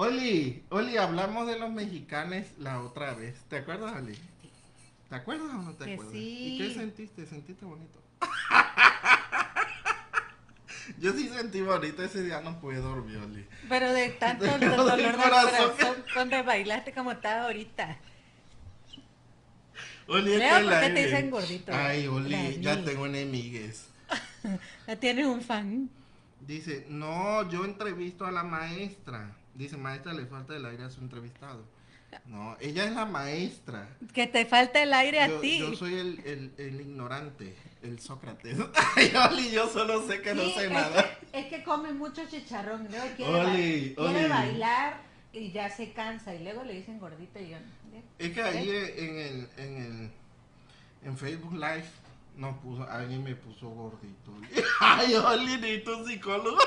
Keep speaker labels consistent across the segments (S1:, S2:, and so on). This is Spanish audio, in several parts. S1: Oli, Oli, hablamos de los mexicanos la otra vez. ¿Te acuerdas, Oli? ¿Te acuerdas o no te
S2: Que
S1: acuerdas?
S2: sí.
S1: ¿Y qué sentiste? ¿Sentiste bonito? Yo sí sentí bonito ese día, no pude dormir, Oli.
S2: Pero de tanto
S1: Del
S2: el dolor del
S1: corazón.
S2: corazón, cuando bailaste como estás ahorita.
S1: Oli, es
S2: Leo,
S1: que la
S2: ¿por qué te
S1: M.
S2: dicen gordito?
S1: Ay,
S2: La
S1: Oli, ya
S2: M.
S1: tengo enemigues.
S2: Ya tienes un fan.
S1: Dice, no, yo entrevisto a la maestra. Dice, maestra, le falta el aire a su entrevistado. No, ella es la maestra.
S2: Que te falta el aire a
S1: Yo,
S2: ti.
S1: yo soy el, el- el ignorante, el Sócrates. Ay, Oli, yo solo sé que no
S2: Sí,
S1: sé
S2: es
S1: nada.
S2: que- Es que come mucho chicharrón. Luego quiere,
S1: Oli,
S2: ba- quiere
S1: Oli.
S2: bailar y ya se cansa. Y luego le dicen gordito y yo. ¿eh?
S1: Es que ahí en el, en el en Facebook Live nos puso, alguien me puso gordito. Ay, Oli, ni tu psicólogo.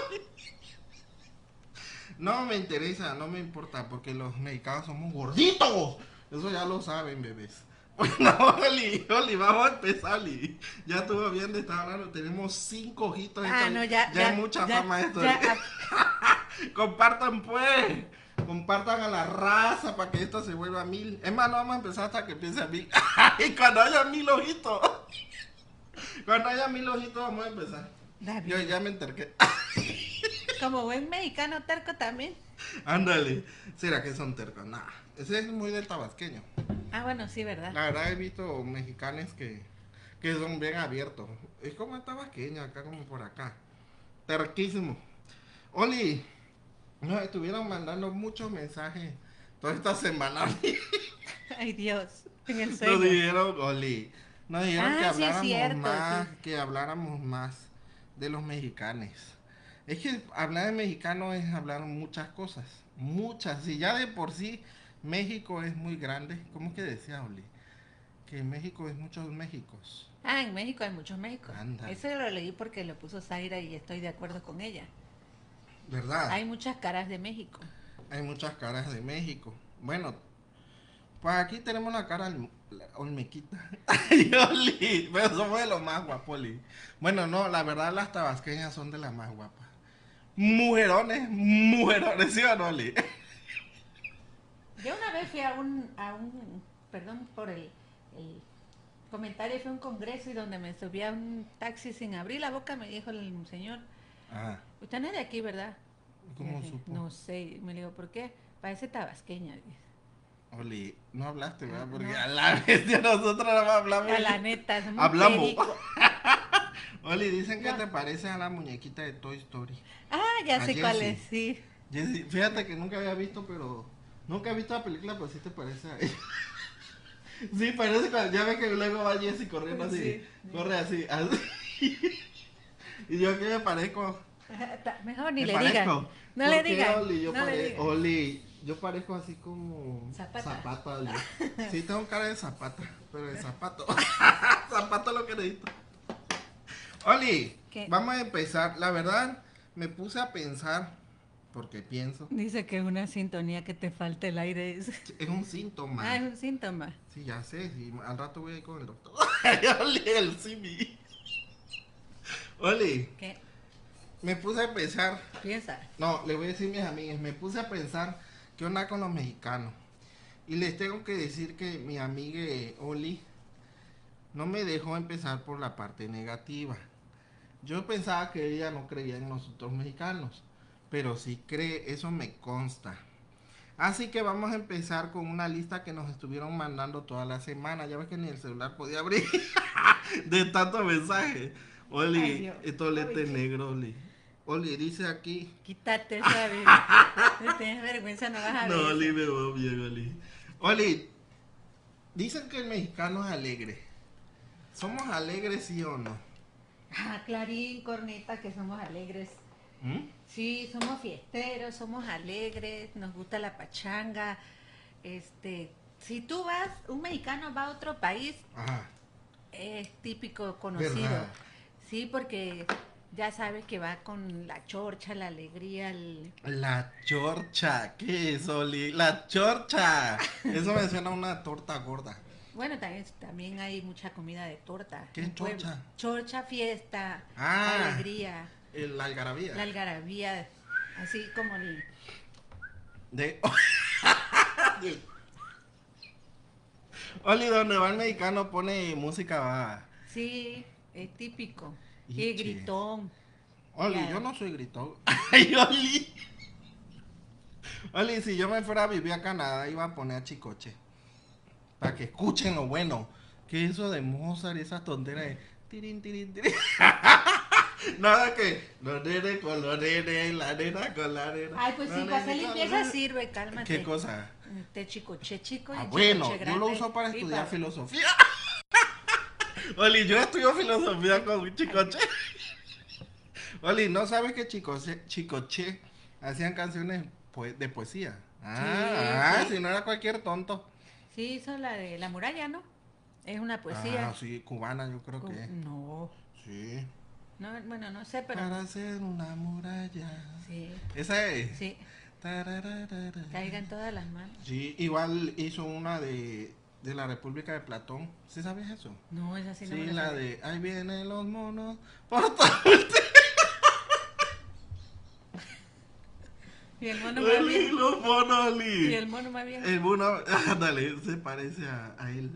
S1: No me interesa, no me importa, porque los mexicanos somos gorditos. Eso ya lo saben, bebés. Bueno, Oli, Oli, vamos a empezar, Oli. Ya estuvo bien de estar hablando. Tenemos cinco ojitos.
S2: Ah,
S1: entonces
S2: no, ya.
S1: hay mucha
S2: ya-
S1: fama esto.
S2: ya- ah,
S1: Oli. Compartan pues. Compartan a la raza para que esto se vuelva a mil. Es más, no vamos a empezar hasta que empiece a mil. y cuando haya mil ojitos. cuando haya mil ojitos vamos a empezar.
S2: David,
S1: Yo ya me enterqué.
S2: como buen mexicano terco también.
S1: Ándale. ¿Será que son tercos? Nah. Ese es muy del tabasqueño.
S2: Ah, bueno, sí, ¿verdad?
S1: La verdad he visto mexicanos que, que son bien abiertos. Es como el tabasqueño acá, como por acá. Terquísimo. Oli, nos estuvieron mandando muchos mensajes toda esta semana. Oli.
S2: Ay, Dios. En el sueño.
S1: Nos dijeron, Oli, nos dijeron
S2: Ah,
S1: que
S2: sí, es
S1: habláramos
S2: cierto,
S1: más,
S2: sí.
S1: que habláramos más de los mexicanos. Es que hablar de mexicanos es hablar muchas cosas, muchas. Si ya de por sí México es muy grande, ¿cómo es que decía Oli? Que México es muchos Méxicos.
S2: Ah, en México hay muchos Méxicos.
S1: Ándale.
S2: Eso lo leí porque lo puso Zaira y estoy de acuerdo con ella.
S1: ¿Verdad?
S2: Hay muchas caras de México.
S1: Hay muchas caras de México. Bueno, pues aquí tenemos la cara olm- la olmequita. Ay, Oli, pero somos de los más guapos, Oli. Bueno, no, la verdad las tabasqueñas son de las más guapas. Mujerones, mujerones, ¿sí o no, Oli?
S2: Yo una vez fui a un, a un perdón por el, el comentario, fue a un congreso y donde me subí a un taxi sin abrir la boca me dijo el señor,
S1: Ah,
S2: usted no es de aquí, ¿verdad?
S1: ¿cómo
S2: Y dije,
S1: supo?
S2: No sé, me digo, ¿por qué? Parece tabasqueña. dije.
S1: Oli, no hablaste, ¿verdad?
S2: Ah, No.
S1: Porque a la vez nosotros no hablamos.
S2: A "Ah, la neta, somos
S1: Hablamos.
S2: pericos.
S1: Oli, dicen que
S2: No.
S1: te pareces a la muñequita de Toy Story.
S2: Ah, ya
S1: A
S2: sé cuál
S1: Jessie.
S2: es, sí.
S1: Jessy, fíjate que nunca había visto, pero. Nunca he visto la película, pero sí te parece a ella. Sí, parece cuando. Ya ves que luego va Jessy corriendo así.
S2: Sí.
S1: Corre así, así. Y yo que me parezco.
S2: Mejor ni
S1: me
S2: le
S1: parezco.
S2: digas. No
S1: ¿Por
S2: le
S1: qué,
S2: digas.
S1: Oli, yo
S2: no le
S1: pare-
S2: digas.
S1: Oli, yo parezco así como.
S2: Zapata.
S1: Oli. Sí, tengo cara de zapata, pero de zapato. zapato lo que necesito. Oli,
S2: ¿Qué?
S1: vamos a empezar. La verdad, me puse a pensar, porque pienso.
S2: Dice que es una sintonía que te falta el aire. es-
S1: Es un síntoma.
S2: Ah, es un síntoma.
S1: Sí, ya sé. sí, al rato voy a ir con el doctor. Oli, el simi. Oli,
S2: ¿Qué?
S1: me puse a pensar.
S2: Piensa.
S1: No, le voy a decir mis amigas. Me puse a pensar qué onda con los mexicanos. Y les tengo que decir que mi amiga eh, Oli no me dejó empezar por la parte negativa. Yo pensaba que ella no creía en nosotros mexicanos, pero sí cree, eso me consta. Así que vamos a empezar con una lista que nos estuvieron mandando toda la semana. Ya ves que ni el celular podía abrir de tantos mensajes.
S2: Ay,
S1: Oli,
S2: Dios.
S1: tolete
S2: Ay, Dios.
S1: negro, Oli. Oli, dice aquí.
S2: Quítate esa vergüenza. No tienes vergüenza, no vas a ver.
S1: No,
S2: eso.
S1: Oli, me voy bien, Oli. Oli, dicen que el mexicano es alegre. ¿Somos alegres, sí o no?
S2: Ah, Clarín, Corneta, que somos alegres.
S1: ¿Mm?
S2: Sí, somos fiesteros, somos alegres, nos gusta la pachanga. Este, si tú vas, un mexicano va a otro país,
S1: Ajá.
S2: es típico conocido.
S1: ¿Verdad?
S2: Sí, porque ya sabes que va con la chorcha, la alegría, el...
S1: La chorcha, ¿qué es, Oli? La chorcha. Eso me suena a una torta gorda.
S2: Bueno, también, también hay mucha comida de torta.
S1: ¿Qué
S2: en
S1: es chorcha?
S2: Puebla. Chorcha, fiesta,
S1: Ah.
S2: alegría,
S1: El- La algarabía.
S2: la algarabía, así como el...
S1: De... Oli, donde va el mexicano pone música va.
S2: Sí, es típico. Y,
S1: Iche.
S2: gritón.
S1: Oli,
S2: Claro.
S1: yo no soy gritón. Ay, Oli. Oli, si yo me fuera a vivir a Canadá, iba a poner a Chicoche. Para que escuchen lo bueno. Que eso de Mozart y esas tonteras de... tirín, tirín, tirín. Nada que los nenes con los nenes, la nena con la nena.
S2: Ay, pues
S1: los
S2: sí, para
S1: nenes con
S2: hacer
S1: los
S2: limpieza
S1: nenes.
S2: sirve, cálmate.
S1: ¿Qué cosa?
S2: Te chicoche chico y
S1: Mm, Ah, bueno,
S2: chicoche
S1: yo lo
S2: grande.
S1: uso para
S2: Sí,
S1: estudiar
S2: para-
S1: filosofía. Oli, yo estudio filosofía con un chicoche. Oli, ¿no sabes que chicoche, chicoche hacían canciones poe- de poesía? Ah, ah,
S2: sí.
S1: si no era cualquier tonto.
S2: Sí, hizo la de la muralla, ¿no? Es una
S1: Ah,
S2: poesía.
S1: sí, cubana, yo creo
S2: Con-
S1: que. es.
S2: No,
S1: Sí.
S2: no, bueno, no sé, pero...
S1: Para hacer una muralla.
S2: Sí,
S1: Esa es.
S2: sí,
S1: Tarararara.
S2: caigan todas las manos.
S1: Sí, igual hizo una de, de la República de Platón. ¿Sí sabes eso?
S2: No, es así.
S1: Sí,
S2: no me
S1: la
S2: sé.
S1: de ahí vienen los monos por todo
S2: Y el mono más
S1: Oli,
S2: bien.
S1: los monos,
S2: Y
S1: Oli.
S2: el mono más bien.
S1: El mono, ándale, se parece a, a él.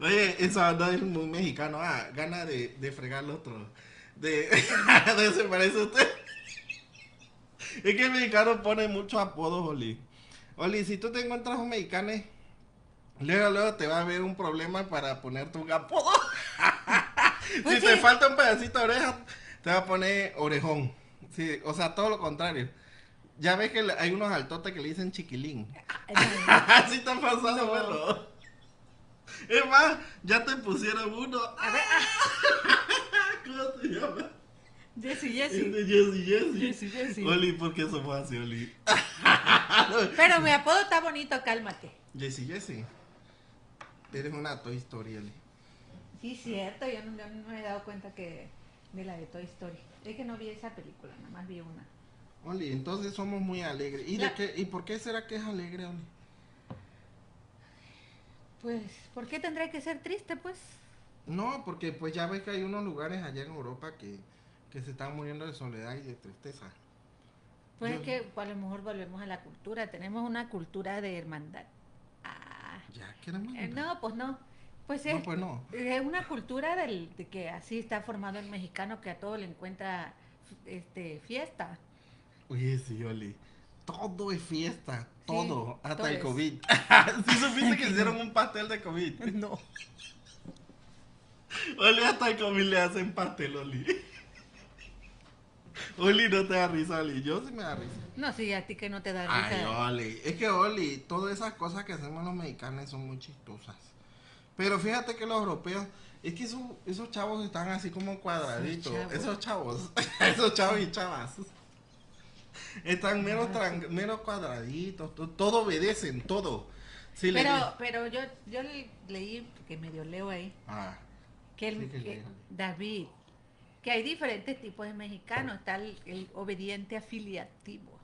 S1: Oye, esa banda es muy mexicano. Ah, gana de, de fregar al otro. De, de se parece a usted. Es que el mexicano pone muchos apodos, Oli. Oli, si tú te encuentras un mexicano, luego, luego te va a haber un problema para ponerte un apodo.
S2: Pues
S1: si te
S2: sí.
S1: falta un pedacito de oreja, te va a poner orejón. Sí, o sea, todo lo contrario. Ya ves que le- hay unos altotes que le dicen chiquilín.
S2: No,
S1: Así te ha pasado, bueno. Es más, ya te pusieron uno. ¿Cómo se llama?
S2: Jessy,
S1: Es
S2: Jessy.
S1: de Jessy, Jessy.
S2: Jessy, Jessy.
S1: Oli, ¿por qué somos así, Oli?
S2: Pero mi apodo está bonito, cálmate.
S1: Jessy, Jessy. Eres una Toy Story, Oli.
S2: Sí, cierto, yo no, yo no me he dado cuenta que de la de Toy Story. Es que no vi esa película, nada más vi una.
S1: Oli, entonces somos muy alegres. ¿Y, de
S2: La-
S1: qué, ¿Y por qué será que es alegre, Oli?
S2: Pues, ¿por qué tendré que ser triste, pues?
S1: No, porque pues ya ves que hay unos lugares allá en Europa que, que se están muriendo de soledad y de tristeza.
S2: Pues
S1: Yo-
S2: es que a lo mejor volvemos a la cultura. Tenemos una cultura de hermandad. Ah,
S1: Ya, ¿qué era más?
S2: eh, no, pues no. Pues es,
S1: no, pues no.
S2: Es una cultura del, de que así está formado el mexicano que a todo le encuentra este, fiesta.
S1: Oye, sí, Oli. Todo es fiesta,
S2: Sí,
S1: todo, hasta
S2: todo
S1: el
S2: es.
S1: COVID. ¿Sí supiste que hicieron un pastel de COVID?
S2: No.
S1: Oli, hasta el COVID le hacen pastel, Oli. Oli, no te da risa, Oli. Yo sí me da risa.
S2: No, sí, a ti que no te da
S1: Ay, oh,
S2: risa.
S1: Oli. Es que, Oli, todas esas cosas que hacemos los mexicanos son muy chistosas. Pero fíjate que los europeos, es que esos, esos chavos están así como cuadraditos.
S2: Esos chavos.
S1: Esos chavos, esos chavos y chavas. Están menos,
S2: Ah,
S1: tran- menos cuadraditos, to- todo obedecen, todo. Sí, le-
S2: pero pero yo, yo le- leí, que medio leo ahí,
S1: Ah,
S2: que, el,
S1: Sí, que
S2: que-
S1: leo.
S2: David, que hay diferentes tipos de
S1: Oh.
S2: mexicanos. Está el, el obediente afiliativo.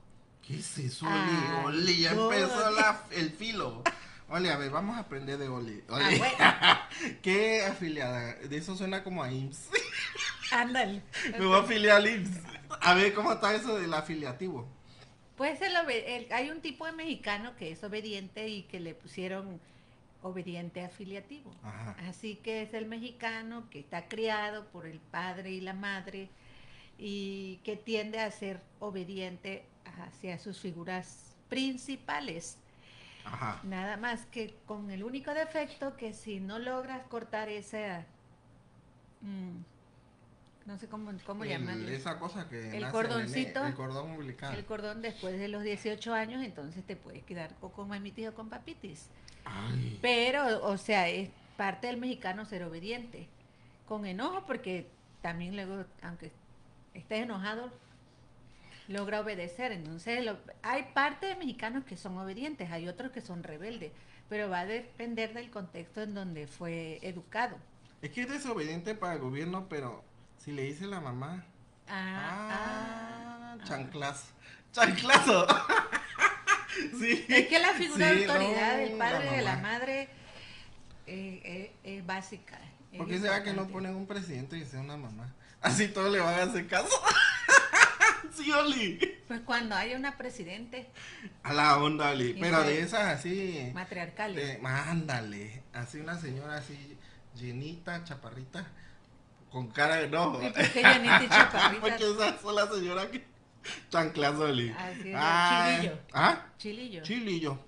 S1: ¿qué es eso, Oli?
S2: Ay,
S1: Oli, ya
S2: Oli.
S1: empezó la- el filo. Oli, a ver, vamos a aprender de Oli.
S2: Ah,
S1: Oli,
S2: bueno,
S1: ¿Qué afiliada? De eso suena como a IMSS.
S2: ándale.
S1: Me voy a afiliar al IMSS. A ver cómo está eso del afiliativo.
S2: Pues el obe- el- hay un tipo de mexicano que es obediente y que le pusieron obediente afiliativo.
S1: Ajá.
S2: Así que es el mexicano que está criado por el padre y la madre y que tiende a ser obediente hacia sus figuras principales.
S1: Ajá.
S2: Nada más que con el único defecto que si no logras cortar esa... mm, no sé cómo, cómo
S1: El,
S2: llamarle.
S1: esa cosa que. nace en
S2: cordoncito.
S1: nene, el cordón umbilical.
S2: El cordón después de los 18 años, entonces te puedes quedar o con mamitis o con papitis.
S1: Ay.
S2: Pero, o sea, es parte del mexicano ser obediente. Con enojo, porque también luego, aunque estés enojado, logra obedecer. Entonces, lo- hay parte de mexicanos que son obedientes, hay otros que son rebeldes. Pero va a depender del contexto en donde fue educado.
S1: Es que es desobediente para el gobierno, pero si le dice la mamá.
S2: Ah, ah.
S1: Ah, chanclazo. Chanclazo. sí.
S2: Es que la figura de
S1: Sí, no,
S2: autoridad del padre y de la
S1: mamá.
S2: madre eh, eh, es básica. es
S1: ¿Por qué será que no
S2: importante.
S1: ponen un presidente que sea una mamá? Así todos le van a hacer caso. sí, Oli.
S2: Pues cuando haya una presidente
S1: A la onda, Oli.
S2: Y
S1: Pero
S2: fue-
S1: de esas así.
S2: matriarcal.
S1: de- Eh, ándale. Así una señora así, llenita, chaparrita. Con cara de enojo.
S2: ¿Y por qué llenita y chaparrita?
S1: Porque esas son las señoras que. Chanclas, Oli.
S2: Así es,
S1: Ay,
S2: chilillo.
S1: ¿Ah?
S2: Chilillo.
S1: Chilillo.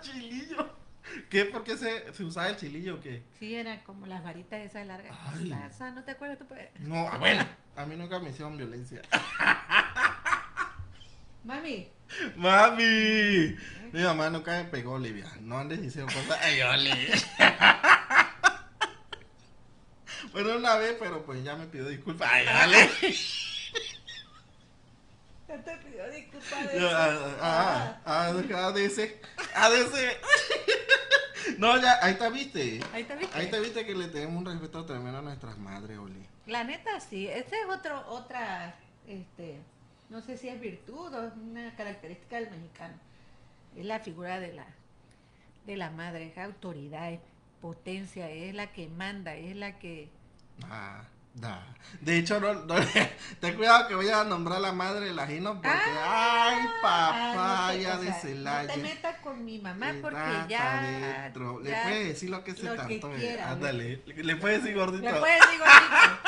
S1: chilillo. ¿Qué? ¿Por qué se, se usaba el chilillo o qué?
S2: Sí, eran como las varitas esas largas.
S1: Ay.
S2: Taza, ¿No te acuerdas tú? pues?
S1: No, ah, bueno. A mí nunca me hicieron violencia.
S2: Mami,
S1: Mami. Mi mamá nunca me pegó, Olivia. No andes diciendo cosas. Ay, Oli. Bueno, una vez, pero pues ya me pidió disculpas. Ay, dale.
S2: ya te pidió disculpas de
S1: Yo,
S2: eso.
S1: ah, ah, ah, ah, ADC. ADC. No, ya, ahí está, viste.
S2: Ah. Ahí te viste.
S1: Ahí te viste que le tenemos un respeto tremendo a nuestras madres, Oli.
S2: La neta sí, esta es otro, otra, este, no sé si es virtud o es una característica del mexicano. Es la figura de la, de la madre, es autoridad, es potencia, es la que manda, es la que...
S1: Ah, da. De hecho, no, no- ten cuidado que voy a nombrar a la madre de la Gino porque, ay,
S2: Ah, no te-
S1: papaya
S2: ah, o
S1: de
S2: sea,
S1: Celaya.
S2: No te metas con mi mamá
S1: Está
S2: porque
S1: pa'
S2: ya...
S1: dentro. Le
S2: ya-
S1: puedes decir lo que se
S2: lo que
S1: tanto eh.
S2: quiera,
S1: Ándale. Le puedes decir gordito.
S2: Le puedes digo ahorita.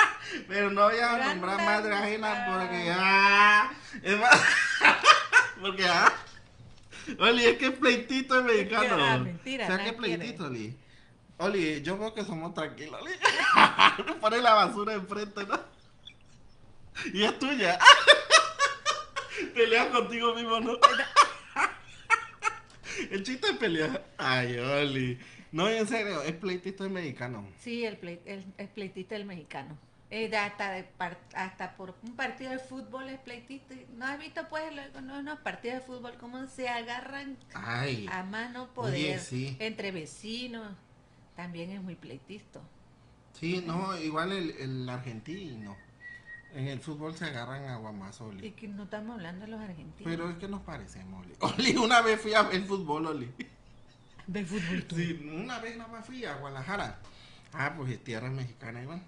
S1: Pero no voy a
S2: Pero
S1: nombrar
S2: anda,
S1: madre ajena
S2: anda.
S1: porque. Ah, es más. porque. Ah. Oli, es que es pleitito es mexicano.
S2: Ah, mentira,
S1: O sea,
S2: nada
S1: que es
S2: quiere.
S1: pleitito, Oli. Oli, yo veo que somos tranquilos, Oli. No pones la basura enfrente, ¿no? Y es tuya. Peleas contigo mismo, ¿no? El chiste es pelear. Ay, Oli. No, en serio, es pleitito es mexicano.
S2: Sí, el, plei- el, el pleitito del mexicano. Eh, de- hasta, de par- hasta por un partido de fútbol es pleitito. ¿No has visto, pues, luego, no, unos partidos de fútbol cómo se agarran
S1: Ay.
S2: a mano poder
S1: Oye, sí.
S2: entre vecinos? También es muy pleitito.
S1: Sí, no, igual el, el argentino. En el fútbol se agarran a guamazo,
S2: Y
S1: Oli.
S2: que no estamos hablando de los argentinos.
S1: Pero es que nos parecemos, Oli. Oli, una vez fui a ver fútbol, Oli.
S2: De fútbol tú.
S1: Sí, una vez nada más fui a Guadalajara. Ah, pues es tierra mexicana, igual.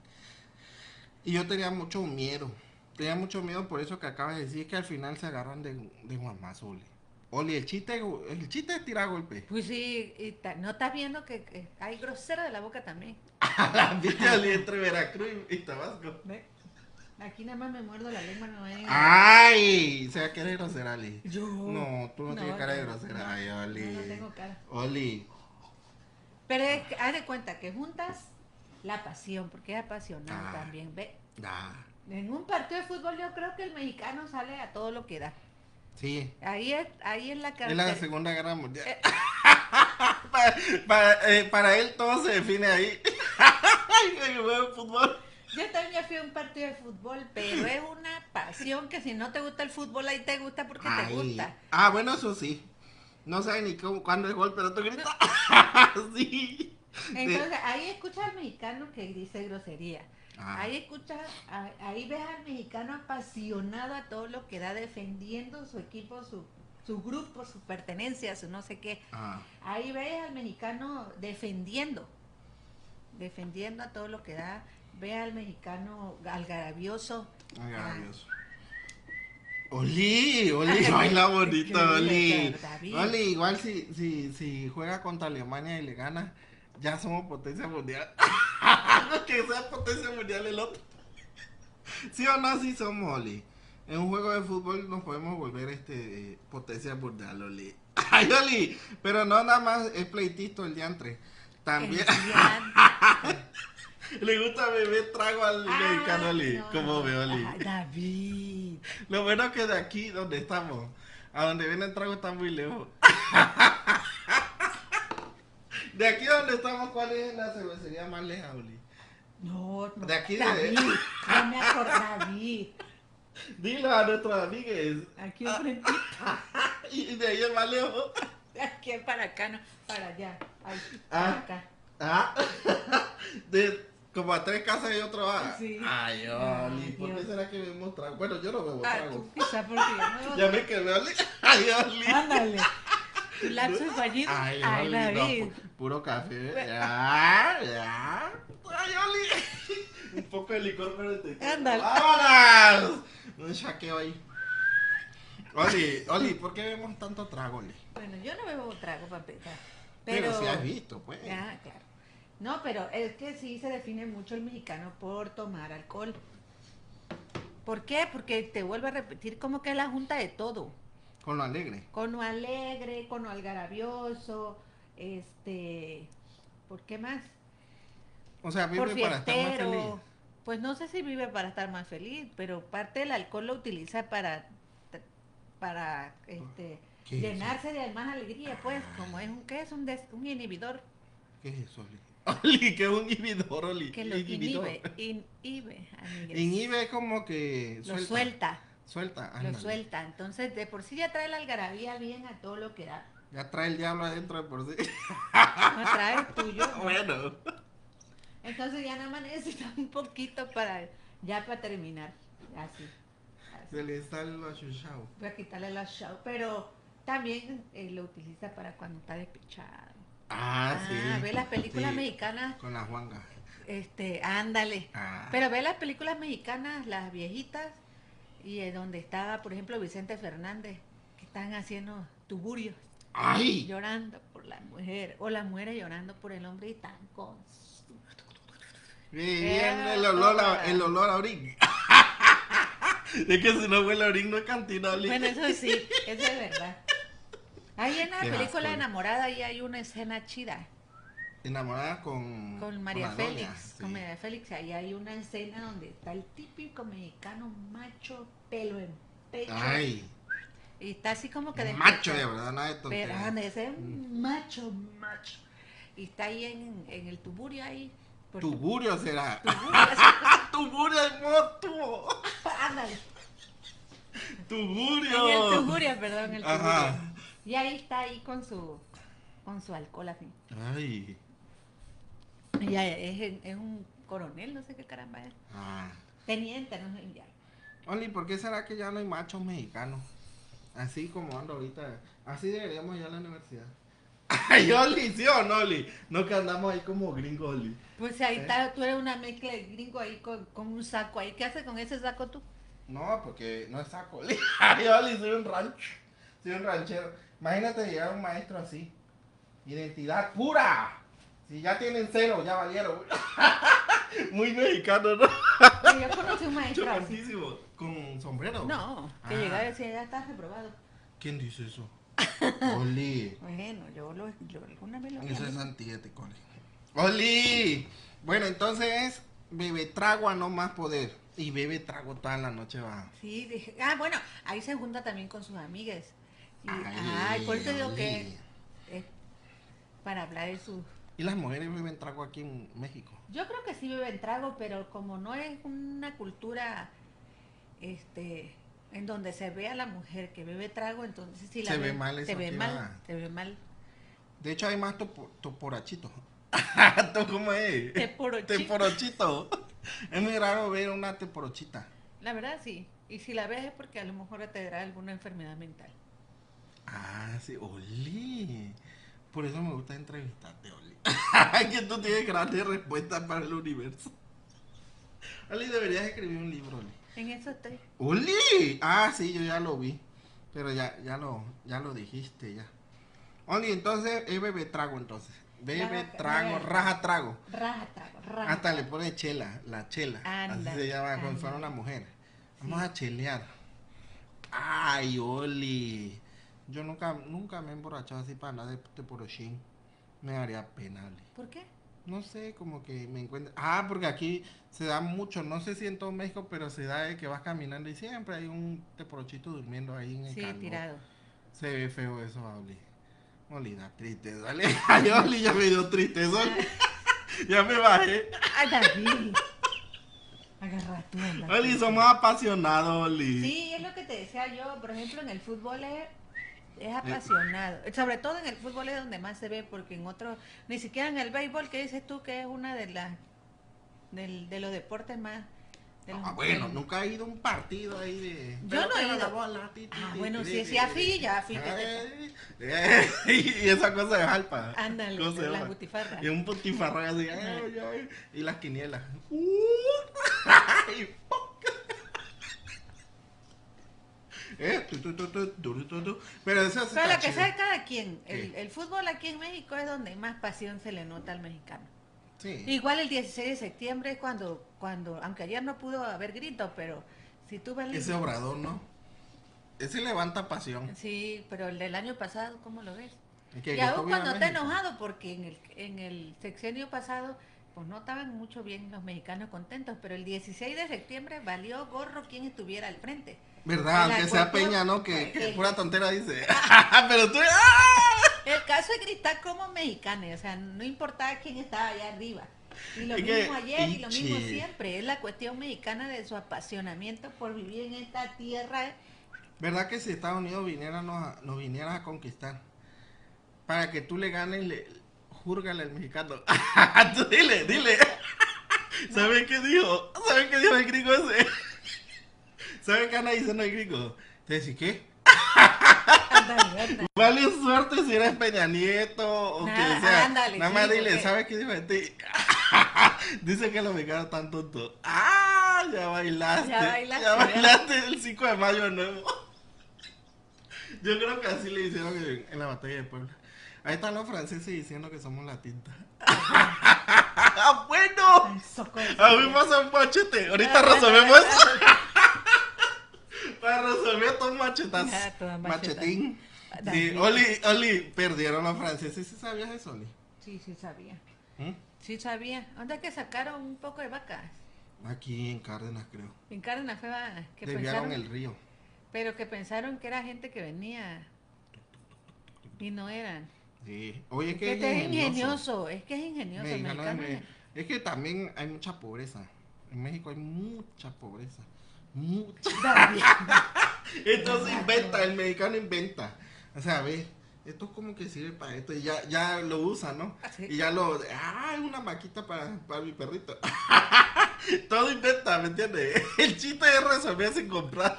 S1: Y yo tenía mucho miedo. Tenía mucho miedo por eso que acabas de decir que al final se agarran de, de guamazo, Oli. Oli, el chiste, el chiste es tirar golpes.
S2: Pues sí, y ta- no estás viendo que, que hay grosero de la boca también.
S1: A la vista, Oli, entre Veracruz y, y Tabasco.
S2: Ve, Aquí nada más me muerdo la lengua, no hay...
S1: ¡Ay! O sea, que eres grosera, Oli.
S2: Yo.
S1: Ah, No, tú no, tienes cara de grosera.
S2: no,
S1: Ay, Oli.
S2: No, no tengo cara.
S1: Oli.
S2: Pero es que, haz de cuenta que juntas la pasión, porque es apasionado
S1: Ah.
S2: también. Ve,
S1: Ah,
S2: en un partido de fútbol yo creo que el mexicano sale a todo lo que da.
S1: sí.
S2: Ahí es, ahí es la
S1: Es la
S2: caracter-
S1: Segunda Guerra Mundial.
S2: Eh.
S1: Pa- para, eh, para él todo se define ahí. El juego de fútbol.
S2: Yo también fui a un partido de fútbol, pero es una pasión que si no te gusta el fútbol, ahí te gusta porque te
S1: Ay.
S2: gusta.
S1: Ah, bueno, eso sí. No sabe ni cómo, cuándo es gol, pero tú gritas. sí.
S2: Entonces, ahí escuchas al mexicano que dice grosería.
S1: Ah,
S2: Ahí escuchas, a- ahí ves al mexicano apasionado a todo lo que da, defendiendo su equipo, su, su grupo, su pertenencia, su no sé qué.
S1: ah.
S2: Ahí ves al mexicano defendiendo, defendiendo a todo lo que da. Ve al mexicano algarabioso.
S1: Ay,
S2: Ah.
S1: adiós. Oli, Oli, baila bonito, Oli.
S2: Increíble, David.
S1: Oli, igual si, si, si juega contra Alemania y le gana, ya somos potencia mundial. No que sea potencia mundial el otro. Sí o no, sí somos, Oli. En un juego de fútbol nos podemos volver este eh, potencia mundial, Oli. Ay, Oli, pero no nada más es pleitito el diantre. También
S2: Enviante.
S1: le gusta beber trago al mexicano,
S2: Ah,
S1: Oli.
S2: no,
S1: Como
S2: no.
S1: veo, Oli.
S2: Ah, David.
S1: Lo bueno que de aquí donde estamos, a donde viene el trago está muy lejos. De aquí donde estamos, ¿cuál es la cervecería más lejos, Oli?
S2: No, no.
S1: De aquí de-
S2: David. No me acuerdo, David.
S1: Dilo a nuestros amigues.
S2: Aquí enfrente.
S1: Y de ahí es más lejos.
S2: De aquí para acá, no. Para allá. Ahí,
S1: Ah.
S2: para acá.
S1: Ah, de como a tres casas y otro va.
S2: Sí.
S1: Ay, Oli,
S2: Ay,
S1: ¿por qué
S2: Dios.
S1: será que bebemos trago? Bueno, yo no bebo
S2: Ah,
S1: trago.
S2: tú quizá porque yo
S1: Ya
S2: no.
S1: me quedé, Oli. Ay, Oli.
S2: Ándale. Tu lapso es fallido.
S1: Ay,
S2: Ay,
S1: Oli, no, pues.
S2: David.
S1: pu- puro café. Ya, ya. Ay, Oli.
S3: Un poco de licor para el tequila.
S2: Ándale.
S1: ¡Vámonos! Un chaqueo ahí. Oli, Oli, ¿por qué vemos tanto trago, Oli?
S2: Bueno, yo no bebo trago para empezar.
S1: Pero,
S2: Pero,
S1: si has visto, pues.
S2: Ah, claro. No, pero es que sí se define mucho el mexicano por tomar alcohol. ¿Por qué? Porque te vuelvo a repetir como que es la junta de todo.
S1: Con lo alegre.
S2: Con lo alegre, con lo algarabioso, este... ¿Por qué más?
S1: O sea, vive
S2: por
S1: para estar más
S2: fiestero.
S1: feliz.
S2: Pues no sé si vive para estar más feliz, pero parte del alcohol lo utiliza para, para este,
S1: ¿Qué es eso?
S2: llenarse de más alegría, pues, como es un, ¿qué es? Un, des- un inhibidor
S1: ¿Qué es eso, Oli? Oli, que es un inhibidor, Oli.
S2: que lo
S1: Inhibidor.
S2: inhibe, inhibe, amigues.
S1: Inhibe es como que
S2: lo
S1: suelta.
S2: suelta,
S1: Suelta,
S2: lo
S1: ándale.
S2: suelta. Entonces, de por sí ya trae la algarabía bien a todo lo que da.
S1: Ya trae el diablo adentro de por sí.
S2: No trae tuyo.
S1: Ah. bueno.
S2: Entonces ya nada más necesita un poquito para, ya para terminar, así. así.
S1: Se le sale lo achuchao.
S2: Voy a quitarle la show, pero también eh, lo utiliza para cuando está despechado.
S1: Ah, sí.
S2: ve las películas
S1: Sí,
S2: mexicanas,
S1: Con la Juanga.
S2: este, ándale.
S1: Ah.
S2: Pero ve las películas mexicanas, las viejitas, y eh, donde estaba, por ejemplo, Vicente Fernández, que están haciendo tuburios,
S1: ¡Ay!
S2: llorando por la mujer, o la mujer llorando por el hombre y tan con...
S1: Viene el olor a, el olor a orín. es que si no huele a orín no es cantina, Oli.
S2: Bueno, eso sí, eso es verdad. Ahí en la
S1: Qué
S2: película
S1: asco.
S2: Enamorada ahí hay una escena chida.
S1: Enamorada con...
S2: Con María
S1: la
S2: Félix,
S1: doña, sí.
S2: con María Félix, ahí hay una escena donde está el típico mexicano macho, pelo en pecho,
S1: Ay,
S2: y está así como que
S1: macho de Mm.
S2: despechado.
S1: verdad, nada de
S2: Pero
S1: tontería.
S2: anda, ese es un macho, macho. Y está ahí en, en el tuburio ahí. por-
S1: Tuburio será.
S2: tuburio, así,
S1: Tuburio es moto.
S2: ándale,
S1: Tuburio.
S2: en el tuburio, perdón, en el tuburio.
S1: Ajá.
S2: Y ahí está ahí con su con su alcohol así.
S1: Ay.
S2: Ya es, es un coronel, no sé qué caramba es.
S1: Ah.
S2: Teniente, no sé ya.
S1: Oli, ¿por qué será que ya no hay machos mexicanos? Así como ando ahorita. Así deberíamos ir a la universidad. Ay, Oli, ¿sí o no, Oli? No que andamos ahí como gringo, Oli.
S2: Pues ahí
S1: ¿Eh?
S2: está, tú eres una mezcla de gringo ahí con, con un saco ahí. ¿Qué haces con ese saco tú?
S1: No, porque no es saco, Oli. Ay, Oli, soy un rancho. Soy un ranchero. Imagínate llegar a un maestro así. Identidad pura. Si ya tienen cero, ya valieron. Muy mexicano, ¿no?
S2: Que Yo conocí un maestro así.
S1: Chocantísimo. Con sombrero.
S2: No, que
S1: Ah.
S2: llegaba y decía, ya estás reprobado.
S1: ¿Quién dice eso? Oli.
S2: Bueno, yo, lo, yo alguna vez lo vi.
S1: Eso es antiético, Oli. ¡Oli! Bueno, entonces, bebe trago a no más poder. Y bebe trago toda la noche va.
S2: Sí, dije, ah, bueno, ahí se junta también con sus amigas. Y, ay, por eso digo
S1: Oli.
S2: que es para hablar de sus...
S1: ¿Y las mujeres beben trago aquí en México?
S2: Yo creo que sí beben trago, pero como no es una cultura este en donde se ve a la mujer que bebe trago, entonces sí la
S1: Se ve
S2: ven-
S1: mal
S2: se
S1: eso
S2: ve
S1: que
S2: mal,
S1: va.
S2: se ve mal.
S1: De hecho, hay más topo- toporachitos. ¿Tú ¿Cómo es?
S2: Teporochito.
S1: Teporochito. Es muy raro ver una teporochita.
S2: La verdad sí. Y si la ves es porque a lo mejor te dará alguna enfermedad mental.
S1: Ah, sí, Oli. Por eso me gusta entrevistarte, Oli. que tú tienes grandes respuestas para el universo. Oli, deberías escribir un libro, Oli.
S2: En eso estoy.
S1: ¡Oli! Ah, sí, yo ya lo vi. Pero ya, ya lo, ya lo dijiste ya. Oli, entonces es bebe trago entonces. Bebe
S2: Raja-
S1: trago,
S2: raja.
S1: raja trago.
S2: Raja trago, raja.
S1: Hasta le pone chela, la chela. Así
S2: Ah, Ándale,
S1: se llama cuando
S2: ándale.
S1: fueron las mujeres. Vamos a chelear. Ay, Oli. Yo nunca, nunca me he emborrachado así para hablar de, de porochín. Me daría pena, Oli.
S2: ¿Por qué?
S1: No sé, como que me encuentro. Ah, porque aquí se da mucho, no sé si en todo México, pero se da de que vas caminando y siempre hay un teporochito durmiendo ahí en el
S2: Sí,
S1: carbón.
S2: tirado.
S1: Se ve feo eso, Oli. Oli, da tristeza, Oli. Ay, Oli, ya me dio tristeza, Oli. ya me bajé.
S2: Ay, David. Agarra tú. anda.
S1: Oli, somos apasionados, Oli.
S2: Sí, es lo que te decía yo. Por ejemplo, en el fútbol es,
S1: Eh.
S2: es apasionado. Sobre todo en el fútbol es donde más se ve, porque en otros, ni siquiera en el béisbol, que dices tú que es una de las, del- de los deportes más. de los-
S1: Ah, bueno,
S2: del-
S1: nunca he ido a un partido ahí de.
S2: Yo
S1: Pero
S2: no he
S1: pega la
S2: ido.
S1: bola, ti, ti,
S2: Ah,
S1: ti,
S2: bueno,
S1: ti,
S2: sí,
S1: ti,
S2: sí, a
S1: ti,
S2: Fi,
S1: ti.
S2: ya, a Fi, que te-
S1: Ay, eh, Y esa cosa de jalpa.
S2: Ándale,
S1: ¿Cómo se
S2: la
S1: llama?
S2: butifarra.
S1: Y un putifarra así. ay, ay, y las quinielas. Uh, Ay, fuck. Eh, tu, tu, tu, tu, tu, tu, tu. Pero eso sí
S2: Pero
S1: está
S2: lo que
S1: chido.
S2: sea de cada quien, el,
S1: Sí.
S2: el fútbol aquí en México es donde más pasión se le nota al mexicano.
S1: Sí.
S2: Igual el 16 de septiembre es cuando, cuando aunque ayer no pudo haber grito, pero si tú ves... el-
S1: Ese obrador, ¿no? Ese levanta pasión.
S2: Sí, pero el del año pasado, ¿cómo lo ves?
S1: Es que
S2: Y
S1: gritó
S2: aún
S1: "Viva
S2: cuando está
S1: México".
S2: enojado, porque en el, en el sexenio pasado, pues no estaban mucho bien los mexicanos contentos, pero el 16 de septiembre valió gorro quien estuviera al frente.
S1: ¿Verdad?
S2: El
S1: Aunque sea
S2: alcohol,
S1: Peña, ¿no? Que,
S2: pues,
S1: que
S2: el-
S1: pura tontera dice. Pero tú. ¡ah!
S2: El caso es gritar como mexicanos, o sea, no importaba quién estaba allá arriba. Y lo
S1: Es que-
S2: mismo ayer y lo mismo
S1: Ichi.
S2: siempre. Es la cuestión mexicana de su apasionamiento por vivir en esta tierra.
S1: ¿Verdad que si Estados Unidos viniera nos, a- nos viniera a conquistar? Para que tú le ganes, le, júrgale al mexicano. Tú dile, dile. ¿Saben qué dijo? ¿Saben qué dijo el gringo ese? ¿Saben qué anda diciendo el gringo? Te decís, ¿qué?
S2: Ándale, ándale.
S1: Vale suerte si eres Peña Nieto o
S2: Nada,
S1: quien sea.
S2: Ah, ándale,
S1: Nada
S2: sí,
S1: más dile,
S2: porque-
S1: ¿sabes qué dijo de ti? Dice que los mexicanos están tontos. ¡Ah! Ya bailaste.
S2: Ya bailaste,
S1: Ya
S2: ya.
S1: bailaste el 5 de mayo de nuevo. Yo creo que así le hicieron en, en la batalla de Puebla. Ahí están los franceses diciendo que somos la tinta. ¡Ah, bueno!
S2: Ay, soco de- Ah,
S1: A mí pasa un machete. Ah, Ahorita resolvemos eso. Para resolver estos machetas.
S2: Ya, todo machetazo.
S1: Machetín. Sí,
S2: También.
S1: Oli, Oli, perdieron los franceses. ¿Sí sabías eso, Oli?
S2: Sí, sí sabía.
S1: ¿Mm?
S2: Sí sabía. ¿Dónde es que sacaron un poco de vacas?
S1: Aquí en Cárdenas, creo.
S2: En Cárdenas fue va- que
S1: Desviaron
S2: pensaron,
S1: el río.
S2: pero que pensaron que era gente que venía y no eran.
S1: Sí. Oye,
S2: Es
S1: que
S2: que
S1: es
S2: este es
S1: ingenioso.
S2: ingenioso, es que es ingenioso. el
S1: Mexicano
S2: mexicano
S1: de
S2: es-
S1: Me- Es que también hay mucha pobreza. En México hay mucha pobreza. Mucha.
S2: También.
S1: Entonces inventa, el mexicano inventa. O sea, a ver, esto es como que sirve para esto. Y ya, ya lo usa, ¿no?
S2: Sí.
S1: Y ya lo. ¡Ah! Una maquita para, para mi perrito. Todo inventa, ¿me entiendes? El chiste es resolver sin comprar.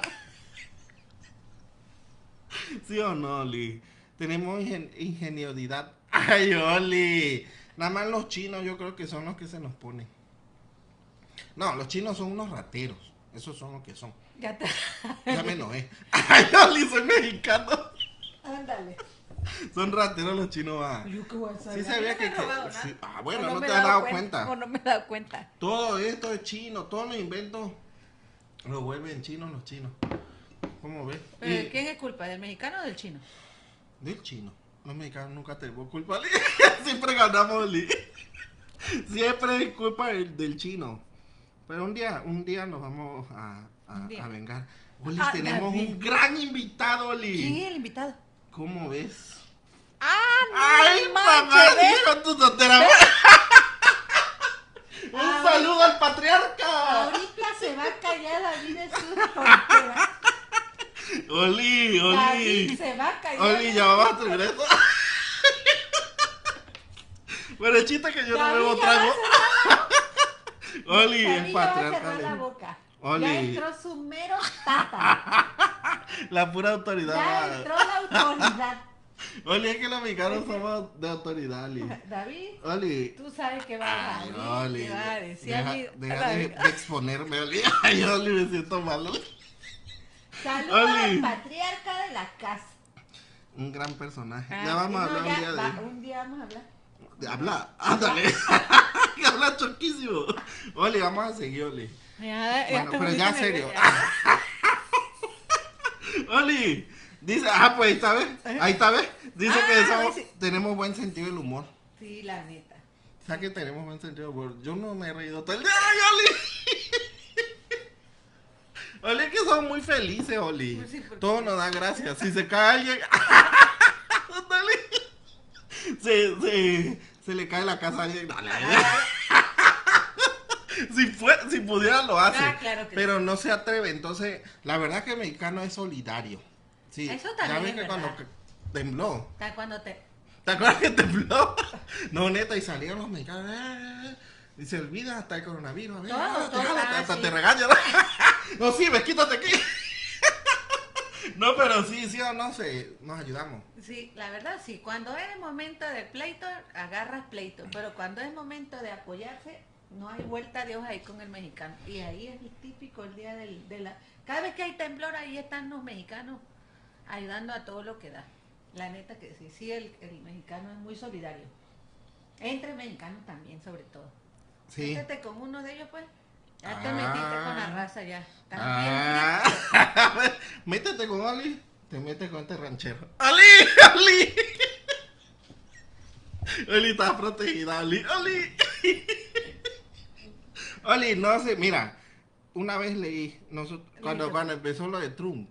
S1: ¿Sí o no, Oli? Tenemos ingen- ingeniosidad. ¡Ay, Oli! Nada más los chinos yo creo que son los que se nos ponen. No, los chinos son unos rateros. Esos son los que son.
S2: Ya te...
S1: Ya me enojé. Ay, Oli, soy mexicano.
S2: Ándale.
S1: Son rateros los chinos. ah.
S2: Yo qué voy a saber.
S1: Sí sabía
S2: Yo no
S1: que...
S2: he robado
S1: que-
S2: nada.
S1: sí. Ah,
S2: O
S1: bueno, no
S2: me
S1: te
S2: he
S1: has dado cuenta.
S2: O no me he dado cuenta.
S1: Todo esto es chino, todos los inventos lo vuelven chinos los chinos. ¿Cómo ves?
S2: Pero
S1: Y
S2: ¿de Eh, ¿quién es culpa? ¿Del mexicano o del chino?
S1: Del chino. Los mexicanos nunca tenemos culpa. Li. Siempre ganamos, Li. Siempre es culpa del, del chino. Pero un día, un día nos vamos a, a-
S2: Un día.
S1: a vengar. Oli,
S2: Ah,
S1: tenemos
S2: David.
S1: un gran invitado, Oli.
S2: ¿Quién es el invitado?
S1: ¿Cómo ves?
S2: ¡Ah, no!
S1: ¡Ay, mamá!
S2: ¿ves?
S1: ¡Dijo tu tontera! ¡Un
S2: Ay.
S1: saludo al patriarca!
S2: Ahorita se va a callar David de sus tonteras.
S1: ¡Oli,
S2: David
S1: oli!
S2: se va a callar.
S1: ¡Oli, ya vamos a terminar esto! Bueno, el chiste es que yo no
S2: David
S1: bebo
S2: ya
S1: trago.
S2: va
S1: Oli,
S2: David
S1: el
S2: ya va a cerrar la
S1: patriarca.
S2: boca.
S1: Oli.
S2: Ya entró su mero tata.
S1: Oli. La pura autoridad.
S2: Ya
S1: va.
S2: entró la autoridad.
S1: Oli, es que los mexicanos somos de autoridad, Oli.
S2: David,
S1: Oli.
S2: tú sabes que va a
S1: Ay,
S2: decir.
S1: Oli.
S2: que va a decir a
S1: Deja,
S2: mi-
S1: deja
S2: a
S1: de,
S2: David.
S1: de exponerme, Oli. Ay, Oli, me siento mal. Oli.
S2: Saludos
S1: Oli.
S2: al patriarca de la casa.
S1: Un gran personaje.
S2: Ah,
S1: ya vamos a
S2: no,
S1: hablar
S2: ya
S1: un día de
S2: va-
S1: él.
S2: un día vamos a hablar.
S1: De hablar, ándale. que habla chonquísimo. Oli, vamos a seguir, Oli. Bueno, pero ya serio. Ah. Oli, dice, ah, pues ahí está, ¿ves? Ahí está, ¿ves? Dice
S2: Ah,
S1: que somos-
S2: sí.
S1: tenemos buen sentido del humor.
S2: Sí, la neta.
S1: O sea que tenemos buen sentido del humor. Yo no me he reído todo el día. ¡Ay, Oli! Oli, que son muy felices, Oli.
S2: Pues sí, porque-
S1: Todo nos da gracias. Si se cae alguien. Ándale. se, se, se le cae la casa a alguien. Dale, dale. si, fue, si pudiera lo hace.
S2: Ah, claro que
S1: pero no se atreve. Entonces, la verdad que el mexicano es solidario. Sí,
S2: Eso también
S1: Ya ves
S2: es
S1: que
S2: verdad.
S1: cuando que- tembló.
S2: Está cuando te.
S1: ¿Te acuerdas que tembló? no, neta, y salieron los mexicanos. eh, eh, Y se olvida hasta el coronavirus. A ver,
S2: Todo,
S1: ah, te
S2: todo,
S1: jala,
S2: ah,
S1: hasta
S2: sí.
S1: te regañan. no, sí, ves, quítate aquí. no, pero sí, sí o no, se, nos ayudamos.
S2: Sí, la verdad sí. Cuando es momento de pleito, agarras pleito. Pero cuando es momento de apoyarse, no hay vuelta de hoja ahí con el mexicano. Y ahí es el típico el día del, de la... Cada vez que hay temblor, ahí están los mexicanos ayudando a todo lo que da. La neta que sí, sí, el, el mexicano es muy solidario. Entre mexicanos también, sobre todo.
S1: Sí.
S2: Métete con uno de ellos, pues. Ya te
S1: Ah.
S2: metiste con la raza, ya. También,
S1: Ah, métete con Ali, te metes con este ranchero. Ali, Ali. Ali está protegida, Ali, Ali. Ali, no sé, mira, una vez leí, nosotros, cuando,
S2: Listo.
S1: cuando empezó lo de Trump,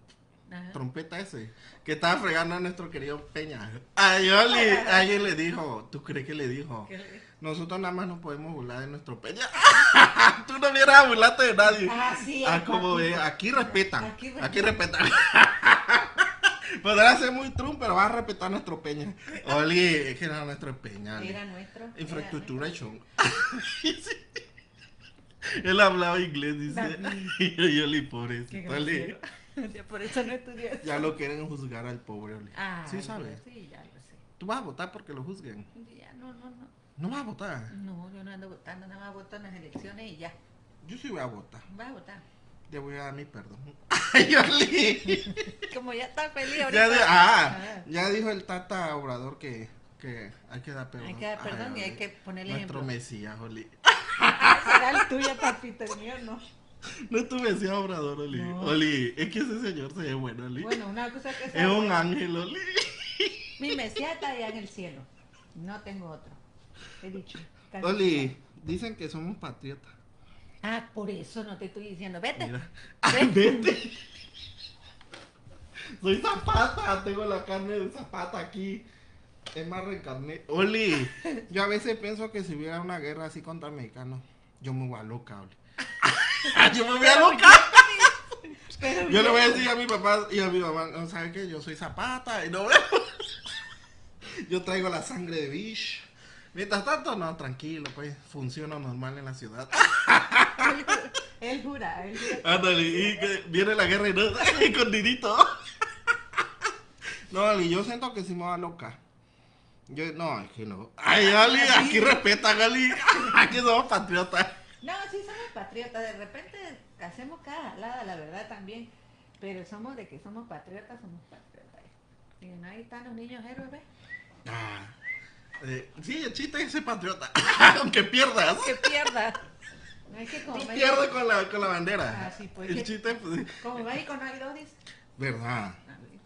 S2: Ajá.
S1: trompeta ese, que estaba fregando a nuestro querido Peña. Ay, Oli, alguien le dijo, ¿tú crees que le dijo?
S2: Que-
S1: Nosotros nada más nos podemos burlar de nuestro Peña. Tú no vienes a burlarte de nadie.
S2: Ah, sí,
S1: Ah,
S2: aquí,
S1: como
S2: aquí.
S1: ve, aquí respetan.
S2: Aquí
S1: Aquí,
S2: respetan.
S1: respetan. Podrá ser muy Trump, pero va a respetar a nuestro Peña. Oli, es que era nuestro Peña. Ale.
S2: Era nuestro. era
S1: Infraestructura chon. Él hablaba inglés, dice.
S2: David.
S1: Y Oli,
S2: nuestro. Qué
S1: pobrecito. Oli.
S2: grosero. Ya Por eso no estudié.
S1: Ya lo quieren juzgar al pobre Oli.
S2: Ah,
S1: sí, sabes.
S2: Sí, ya lo sé.
S1: Tú vas a votar porque lo juzguen.
S2: Ya, no, no, no.
S1: No vas a votar.
S2: No, yo no ando votando, nada más voto en las elecciones y ya.
S1: Yo sí voy a votar.
S2: Va a votar.
S1: Te voy a dar mi perdón. Ay, Oli.
S2: Como ya está feliz ahorita.
S1: Ya, di- ah,
S2: Ah.
S1: ya dijo el Tata Obrador que, que hay que dar perdón.
S2: Hay que dar perdón y hay
S1: Oli.
S2: que poner el
S1: Nuestro
S2: ejemplo.
S1: Mesías, Oli.
S2: Ah, Será el tuyo, papito, el mío no.
S1: No es tu Mesías Obrador, Oli.
S2: No.
S1: Oli, es que ese señor se ve bueno, Oli.
S2: Bueno, una cosa que
S1: es
S2: sabe,
S1: un ángel, Oli.
S2: Mi mesía está allá en el cielo. No tengo otro. He dicho. casi.
S1: Oli, dicen que somos patriotas.
S2: Ah, por eso no te estoy diciendo. Vete.
S1: Mira. Ay, Ah, vete. Soy zapata, tengo la carne de zapata aquí. Es más reencarné. Oli, yo a veces pienso que si hubiera una guerra así contra mexicanos, yo me voy a loca, Oli. yo me voy a loca.
S2: Pero
S1: Yo le voy a decir a mi papá y a mi mamá, no saben que yo soy zapata y no veo. Yo traigo la sangre de Bish. Mientras tanto, no, tranquilo, pues funciona normal en la ciudad.
S2: Él, ju- él jura, él jura.
S1: Ándale, y que viene la guerra y no, con Dinito. No, Ali, yo siento que sí me va loca. Yo, no, es que no. Ay, Ali, aquí respetan, Ali. Aquí somos patriotas.
S2: No, sí somos patriotas. De repente hacemos cada jalada, la verdad también. Pero somos de que somos patriotas, somos patriotas. Digan, ahí están los niños héroes, ¿ves?
S1: Ah, eh, sí, el chiste es ser patriota. Aunque pierdas.
S2: Que pierda. No hay que
S1: Tú
S2: comer.
S1: pierdes con la, con la bandera.
S2: Ah, sí, pues.
S1: El chiste, pues,
S2: Como México no hay dos, dice.
S1: Verdad.
S2: A ver,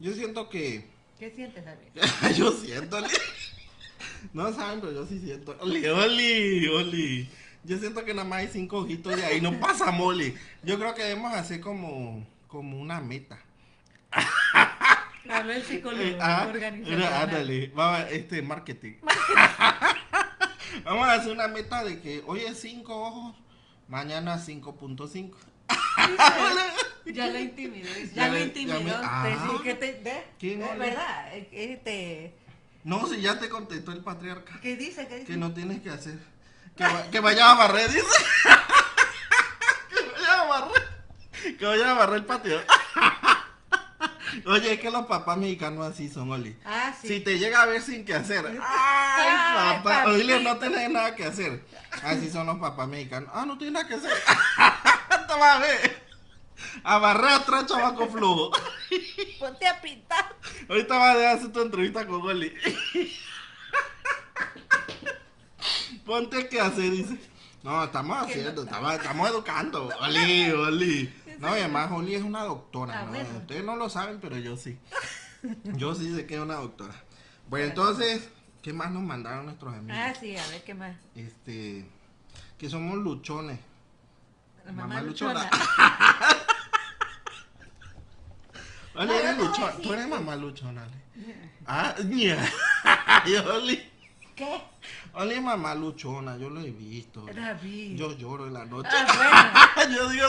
S1: Yo siento que.
S2: ¿Qué sientes, David?
S1: yo siento, Oli. No saben, pero yo sí siento. Oli, Oli, Oli. Yo siento que nada más hay cinco ojitos y ahí no pasa mole. Yo creo que debemos hacer como, como una meta.
S2: Habló el psicólogo
S1: Eh, ah,
S2: organizacional.
S1: era- ándale, vamos, este marketing. vamos a hacer una meta de que hoy es cinco ojos, mañana 5.5.
S2: Ya lo intimidó. Ya,
S1: Ya
S2: lo
S1: le-
S2: intimidó.
S1: ya me- Ah.
S2: Te- sí, que te- ¿ves?
S1: ¿Quién
S2: es
S1: habla?
S2: verdad. eh, Este,
S1: No, si ya te contestó el patriarca.
S2: ¿Qué dice? ¿Qué dice?
S1: que no tienes que hacer. Que, va- que vaya a barrer, dice. que vaya a barrer. Que vaya a barrer el patio. Oye, es que los papás mexicanos así son, Oli.
S2: Ah, sí.
S1: Si te llega a ver sin que hacer. Ay,
S2: Ay,
S1: papá.
S2: papito.
S1: Oye, no tenés nada que hacer. Así son los papás mexicanos. Ah, no tienes nada que hacer. Te vas a ver. A barrer atrás, chavaco flujo.
S2: Ponte a pintar.
S1: Ahorita vas a hacer tu entrevista con Oli. Ponte que hacer, dice. No, estamos
S2: Que no
S1: haciendo, estamos, estamos educando. Oli, Oli. No, y además Oli es una doctora.
S2: Ah,
S1: ¿no?
S2: bueno.
S1: Ustedes no lo saben, pero yo sí. Yo sí sé que es una doctora. Bueno, entonces, ¿qué más nos mandaron nuestros amigos?
S2: Ah, sí, a ver qué más.
S1: Este, que somos luchones.
S2: La
S1: Mamá luchona. Oli,
S2: No,
S1: eres
S2: yo te voy a
S1: luchona. Tú
S2: decir.
S1: eres mamá luchona, Oli. Ah, ña. Ay, Oli.
S2: ¿Qué?
S1: Oli es mamá luchona, yo lo he visto.
S2: David.
S1: Yo lloro en la noche.
S2: Ah,
S1: yo digo,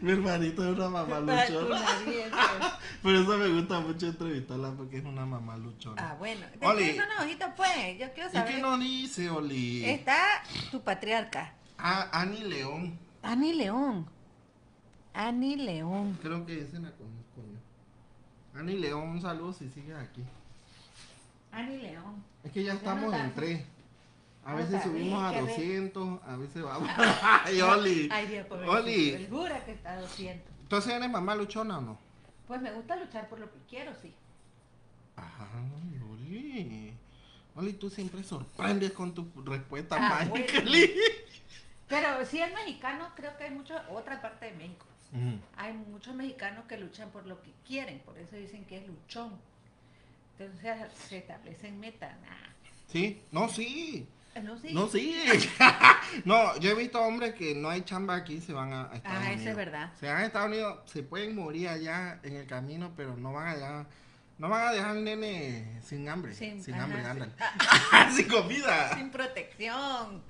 S1: mi hermanito es una mamá
S2: bueno. Está con
S1: luchona.
S2: la dieta.
S1: Por eso me gusta mucho entrevistarla porque es una mamá
S2: Ah,
S1: luchona.
S2: bueno. ¿De
S1: Oli.
S2: qué son los ojitos, pues? Yo quiero
S1: ¿Y qué
S2: saber.
S1: no dice, Oli?
S2: Está tu patriarca.
S1: Ah, Ani León.
S2: Ani León. Ani León.
S1: Creo que esa la conozco yo. Ani León, un saludo si sigues aquí.
S2: Ani León.
S1: Es que ya
S2: Ya no
S1: estamos en
S2: tanto.
S1: tres. A veces
S2: Otra
S1: subimos
S2: vez,
S1: a
S2: qué re-
S1: 200, a veces vamos. Ay, Oli.
S2: Ay, Dios, por
S1: Oli.
S2: El jura que está 200.
S1: Entonces eres mamá luchona o no?
S2: Pues me gusta luchar por lo que quiero, sí.
S1: Ay, Oli. Oli, tú siempre sorprendes con tu respuesta
S2: Ah,
S1: mágica,
S2: bueno.
S1: Oli.
S2: Pero sí, el mexicano, creo que hay mucha otra parte de México.
S1: Mm.
S2: Hay muchos mexicanos que luchan por lo que quieren, por eso dicen que es luchón. Entonces se establecen metas. Nah,
S1: Sí, no, sí.
S2: No, sí.
S1: No, sí. no, yo he visto hombres que no hay chamba aquí, se van a, a Estados
S2: Ah,
S1: Unidos.
S2: eso es verdad.
S1: Se van a Estados Unidos, se pueden morir allá en el camino, pero no van a dejar, no van a dejar al nene sin hambre. Sin,
S2: Sin- ajá,
S1: hambre,
S2: sí.
S1: ándale. Ah, sin comida.
S2: Sin protección.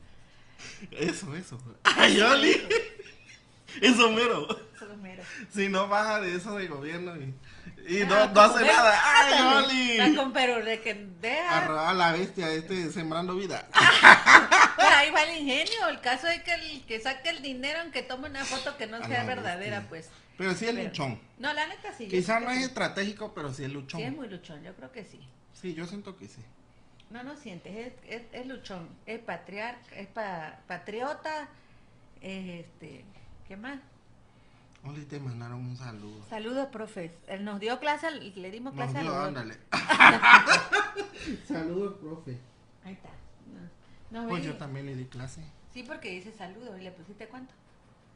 S1: Eso, eso. Ay, Oli. Eso mero.
S2: Eso es mero.
S1: Si no baja de eso del gobierno y, y no,
S2: Ah,
S1: no hace
S2: con-
S1: nada.
S2: Ah,
S1: ¡Ay,
S2: está
S1: Oli!
S2: con Perú, de que deja.
S1: Arroba a la bestia este sembrando vida.
S2: Pero ahí va el ingenio. El caso es que el que saque el dinero, aunque tome una foto que no
S1: A
S2: sea
S1: la
S2: verdadera,
S1: bestia.
S2: pues.
S1: Pero Ah, sí es
S2: Pero-
S1: luchón.
S2: No, la neta sí. yo
S1: Quizás
S2: creo
S1: no
S2: que
S1: es
S2: sí.
S1: estratégico, pero sí es luchón.
S2: Sí, es muy luchón, yo creo que sí.
S1: Sí, yo siento que sí.
S2: No, no sientes, es, es, es luchón, es patriarca, es pa- patriota, es este, ¿qué más?
S1: Oli, te mandaron un saludo.
S2: Saludos, profes. Él nos dio clase, al- le dimos
S1: Nos
S2: clase a
S1: dio,
S2: los dos.
S1: ándale. Saludos, profe.
S2: Ahí está. No, no
S1: Pues
S2: ve.
S1: yo también le di clase.
S2: Sí, porque dice saludos. ¿Y le pusiste cuánto?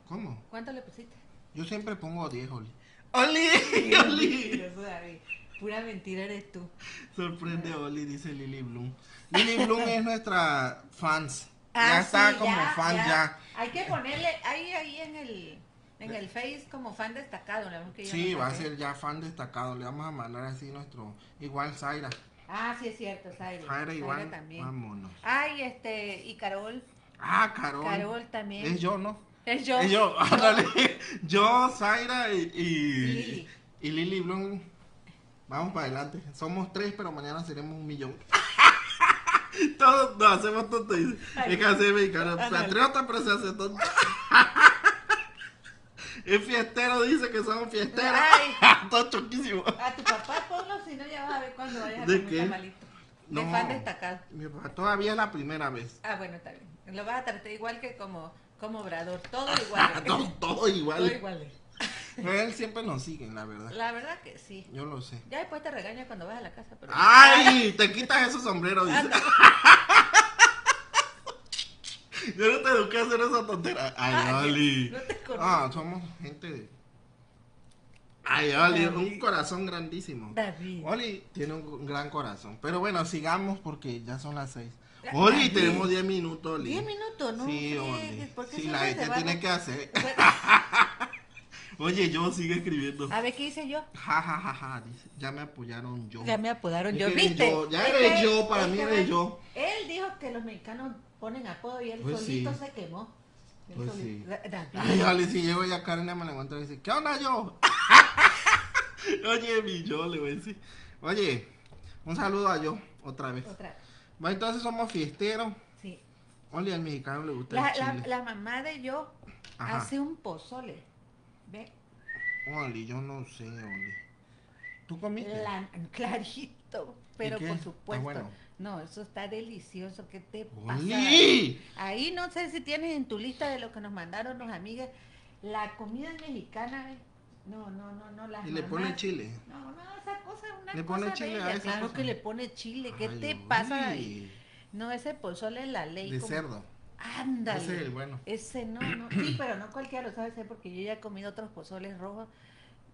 S1: ¿Cómo?
S2: ¿Cuánto le pusiste?
S1: Yo siempre pongo 10, Oli. ¡Oli! ¡Oli!
S2: Mentiroso, David. Pura mentira eres tú.
S1: Sorprende Oli, dice Lily Bloom. Lily Bloom es nuestra fans.
S2: Ah,
S1: ya está
S2: sí,
S1: como fan ya.
S2: Hay que ponerle ahí, ahí en el, en el Face como fan destacado. la verdad que yo
S1: Sí,
S2: no
S1: va a
S2: sé.
S1: ser ya fan destacado. Le vamos a mandar así nuestro. Igual Zaira.
S2: Ah, sí es cierto, Zaira.
S1: Zaira igual.
S2: también.
S1: Vámonos.
S2: Ay, este, y Carol.
S1: Ah, Carol.
S2: Carol también.
S1: Es yo, ¿no?
S2: Es yo.
S1: Es yo, ándale. Yo, Zaira y, y,
S2: Lili.
S1: y Lili Blum. Vamos para adelante. Somos tres, pero mañana seremos un millón. Todos nos hacemos tontos. dice.
S2: Ay.
S1: Es que así es mexicano.
S2: Ándale.
S1: Patriota, pero se hace tonto. Es fiestero, dice que somos fiesteros.
S2: Ay.
S1: Todo choquísimo.
S2: A tu papá ponlo, si no ya vas a ver cuando vayas a
S1: ¿De
S2: comer
S1: qué?
S2: tamalito. De
S1: No.
S2: fan destacado.
S1: Mi papá, todavía es la primera vez.
S2: Ah, bueno, está bien. Lo vas a tratar igual que como, como obrador. Todo igual.
S1: Todo, todo
S2: Todo
S1: igual.
S2: igual.
S1: Pero él siempre nos sigue, la verdad.
S2: La verdad que sí.
S1: Yo lo sé.
S2: Ya después te regaña cuando vas a la casa. Pero...
S1: Ah, ¡Ay! Te quitas esos sombreros, dice. Yo no te eduqué a hacer esa tontera. Ay,
S2: Ay,
S1: Oli.
S2: Ah, no te conozco.
S1: Ah, somos gente de. Ay, Oli,
S2: David.
S1: un corazón grandísimo.
S2: David.
S1: Oli tiene un gran corazón. Pero bueno, sigamos porque ya son las seis.
S2: Da-
S1: Oli,
S2: David.
S1: tenemos 10 minutos, Oli.
S2: Diez minutos, ¿no?
S1: Sí,
S2: friegues,
S1: Oli.
S2: ¿Por qué
S1: Sí,
S2: siempre
S1: la
S2: se
S1: gente
S2: va?
S1: tiene que hacer. Oye, yo sigue escribiendo.
S2: A ver, ¿qué hice yo?
S1: Ja, ja, ja, ja, dice. Ya me apoyaron yo.
S2: Ya me apodaron
S1: Es
S2: yo,
S1: que eres
S2: ¿viste?
S1: yo, ya
S2: Es
S1: eres
S2: que-
S1: yo, para
S2: es
S1: mí
S2: que
S1: eres
S2: ven,
S1: yo.
S2: Él dijo que los mexicanos ponen apodo y él
S1: Pues
S2: solito
S1: sí.
S2: se quemó. Él
S1: Pues
S2: solito-
S1: sí.
S2: Da- David.
S1: Ay, Ale, si llego ya Karen me la encuentro y dice, ¿qué onda yo? Oye, mi yo le voy a decir. Oye, un saludo a yo, otra vez.
S2: Otra.
S1: Va, entonces somos fiesteros.
S2: Sí.
S1: Oli, al mexicano le gusta
S2: La,
S1: el
S2: la-
S1: chile.
S2: la mamá de yo
S1: Ajá.
S2: hace un pozole. ¿Ve?
S1: Oli, yo no sé, Oli. ¿Tú comiste?
S2: La- clarito. Pero
S1: qué?
S2: por
S1: ¿Está
S2: supuesto.
S1: bueno?
S2: No, eso está delicioso. ¿Qué te pasa?
S1: ¡Oli!
S2: Ahí no sé si tienes en tu lista de lo que nos mandaron los amigas. La comida mexicana. eh, No, no, no, no. Las
S1: Y le ponen
S2: mamás-
S1: chile.
S2: No, no, esa cosa es una
S1: ¿Le
S2: cosa
S1: pone chile
S2: de
S1: a
S2: ella.
S1: esa
S2: Claro
S1: cosa?
S2: que le pone chile. ¿Qué
S1: Ay,
S2: te
S1: Oli.
S2: pasa? David? No, ese pozole es la ley.
S1: De
S2: como-
S1: cerdo.
S2: Ándale.
S1: Ese es el bueno.
S2: Ese no, no. Sí, pero no cualquiera lo sabe hacer porque yo ya he comido otros pozoles rojos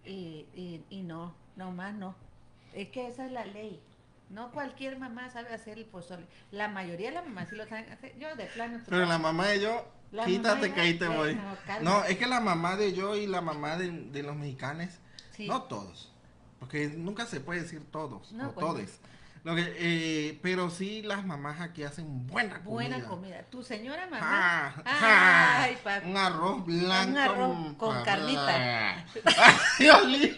S2: y, y, y no, nomás no. Es que esa es la ley. No cualquier mamá sabe hacer el pozole. La mayoría de las mamás sí lo saben hacer. Yo de plano.
S1: Pero la mamá de yo,
S2: La
S1: quítate
S2: mamá
S1: que ahí te
S2: de-
S1: voy.
S2: no, calma.
S1: No, es que la mamá de yo y la mamá de, de los mexicanos,
S2: Sí.
S1: no todos, porque nunca se puede decir todos
S2: No,
S1: o
S2: pues no.
S1: todes. Lo que, eh, pero sí las mamás aquí hacen buena comida. Ah.
S2: Buena comida. Tu señora mamá.
S1: Ja, ja,
S2: Ay, papi.
S1: un arroz blanco.
S2: Un arroz con
S1: pa-
S2: carnita.
S1: Ay, Oli.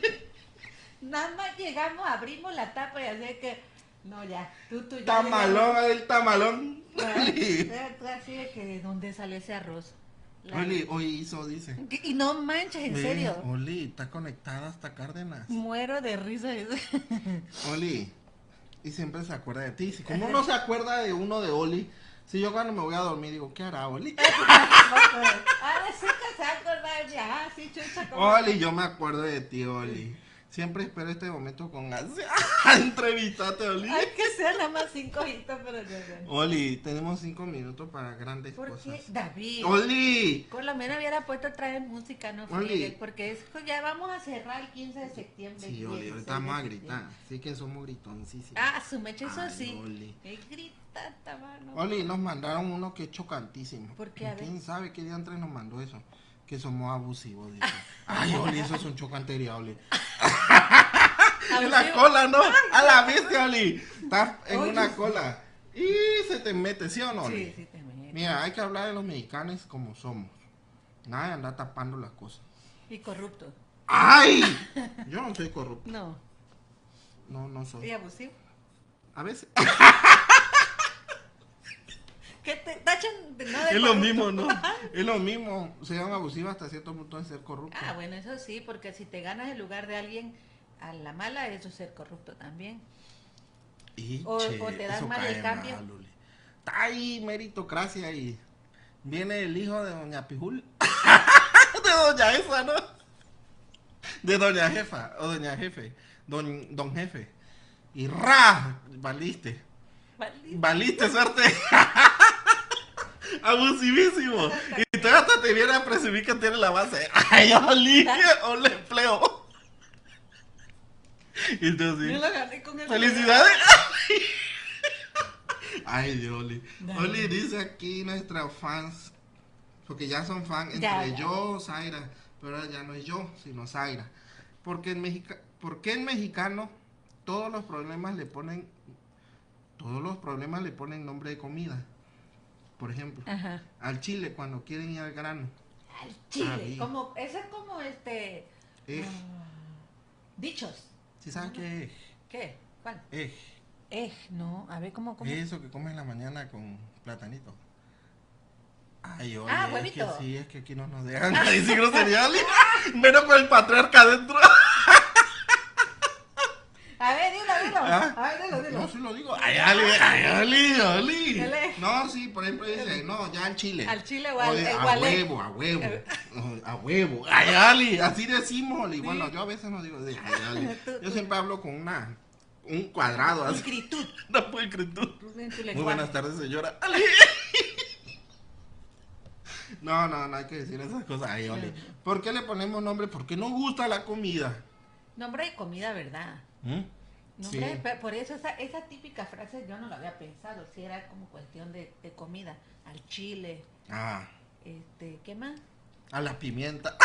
S2: Nada más llegamos, abrimos la tapa y así que. No, ya. Tú, tú, ya
S1: tamalón, el tamalón. Oli.
S2: llegaste. Tú así de que de dónde salió ese arroz. La-
S1: Oli, hoy hizo, dice.
S2: ¿Qué? Y no manches, en
S1: Ve,
S2: serio.
S1: Oli, está conectada hasta Cárdenas.
S2: Muero de risa. pues,
S1: Oli. Y siempre se acuerda de ti. Si como uno se acuerda de uno de Oli, Si yo cuando me voy a dormir digo, ¿qué hará Oli?
S2: Ah, sí que se va a acordar ya, ah, sí, chucha. como-
S1: Oli, yo me acuerdo de ti, Oli. Siempre espero este momento con ansia. Entrevistate, Oli.
S2: Hay que ser nada más cinco hitos, pero ya, ya.
S1: Oli, tenemos cinco minutos para grandes
S2: ¿Por qué,
S1: cosas.
S2: David?
S1: Oli,
S2: Por lo menos hubiera puesto otra vez música, no
S1: Oli.
S2: friegues, porque es, pues, ya vamos a cerrar el 15 de septiembre.
S1: Sí, Oli,
S2: 16
S1: ahorita vamos a
S2: de
S1: gritar.
S2: septiembre.
S1: Sí que somos gritoncísimos.
S2: Ah, su mecha, eso
S1: Ay,
S2: sí.
S1: Oli.
S2: Y grita, tabano.
S1: Oli, nos mandaron uno que es chocantísimo.
S2: ¿Por qué? A ver.
S1: ¿Quién sabe qué diantres nos mandó eso? Que somos abusivos, dice. Ay, Oli, eso es un chocantería, Oli. En la cola, ¿no? A la bestia, Oli. Estás en
S2: Ah. Oye.
S1: una cola. Y se te mete, ¿sí o no, Oli?
S2: Sí, sí, te metes.
S1: Mira, hay que hablar de los mexicanos como somos. Nada de andar tapando las cosas.
S2: Y corrupto.
S1: ¡Ay! Yo no soy corrupto.
S2: No.
S1: No, no
S2: Y
S1: soy.
S2: abusivo.
S1: A veces.
S2: ¿Qué te tachan? de- No de
S1: Es lo
S2: corrupto?
S1: mismo, ¿no? Es lo mismo. Sean abusivos hasta cierto punto de ser corruptos.
S2: Ah, bueno, eso sí, porque si te ganas el lugar de alguien a la mala, eso es ser corrupto también.
S1: Y,
S2: O- o te dan
S1: eso
S2: mal el
S1: cae
S2: cambio.
S1: mal, Luli. Está ahí meritocracia y viene el hijo de doña Pijul. de doña esa, ¿no? De doña jefa o doña jefe. Don, don jefe. Y ra, valiste.
S2: Maldito.
S1: Valiste suerte. Abusivísimo. Y tú hasta te viene a presumir que tiene la base. Ay, olí, olé empleo. Y tú así,
S2: Yo lo agarré con el
S1: ¡Felicidades! Ay, Dios, Oli.
S2: Dale.
S1: Oli dice aquí nuestros fans, porque ya son fans, entre
S2: Ya, ya.
S1: yo, Zaira, pero ahora ya no es yo, sino Zaira. Porque en Mexica, ¿Por qué en mexicano todos los problemas le ponen, todos los problemas le ponen nombre de comida? Por ejemplo,
S2: Ajá.
S1: al chile cuando quieren ir al grano.
S2: Al chile.
S1: Ah, bien.
S2: como, eso es como este.
S1: Ej.
S2: ah, dichos.
S1: ¿Sí sabes qué es?
S2: ¿Qué? ¿Cuál?
S1: Ej.
S2: Eh, no. A ver, ¿cómo? cómo?
S1: Es Eso que comes en la mañana con platanito. Ay, oye,
S2: Ah,
S1: es que
S2: huevito.
S1: sí, es que aquí no nos dejan decir groserías, Oli. menos con el patriarca adentro.
S2: A ver, dilo, dilo.
S1: Ah.
S2: A ver, dilo, dilo.
S1: No, sí lo digo. Ay, Ali, ay, Oli, Oli.
S2: El eje.
S1: No, sí, por ejemplo, dice, no, ya en Chile.
S2: Al chile o al-
S1: Oye,
S2: el
S1: A
S2: gualé. Eh.
S1: huevo, a huevo. A huevo. Ay, Ali, así decimos, Oli. Bueno, yo a veces no digo, de, ay, Ali.
S2: Tú-
S1: Yo siempre hablo con una, un cuadrado así.
S2: Incritud.
S1: No puedo creer tú.
S2: En tu
S1: Muy
S2: lenguaje.
S1: buenas tardes, señora. Ale. No, no, no hay que decir esas cosas. Ay, ole. ¿Por qué le ponemos nombre? Porque nos gusta la comida.
S2: Nombre de comida, ¿verdad?
S1: ¿Mm?
S2: Nombre
S1: Sí.
S2: de- pe- por eso esa, esa típica frase yo no la había pensado. Si era como cuestión de, de comida. Al chile.
S1: Ah,
S2: Este, ¿qué más?
S1: a la pimienta.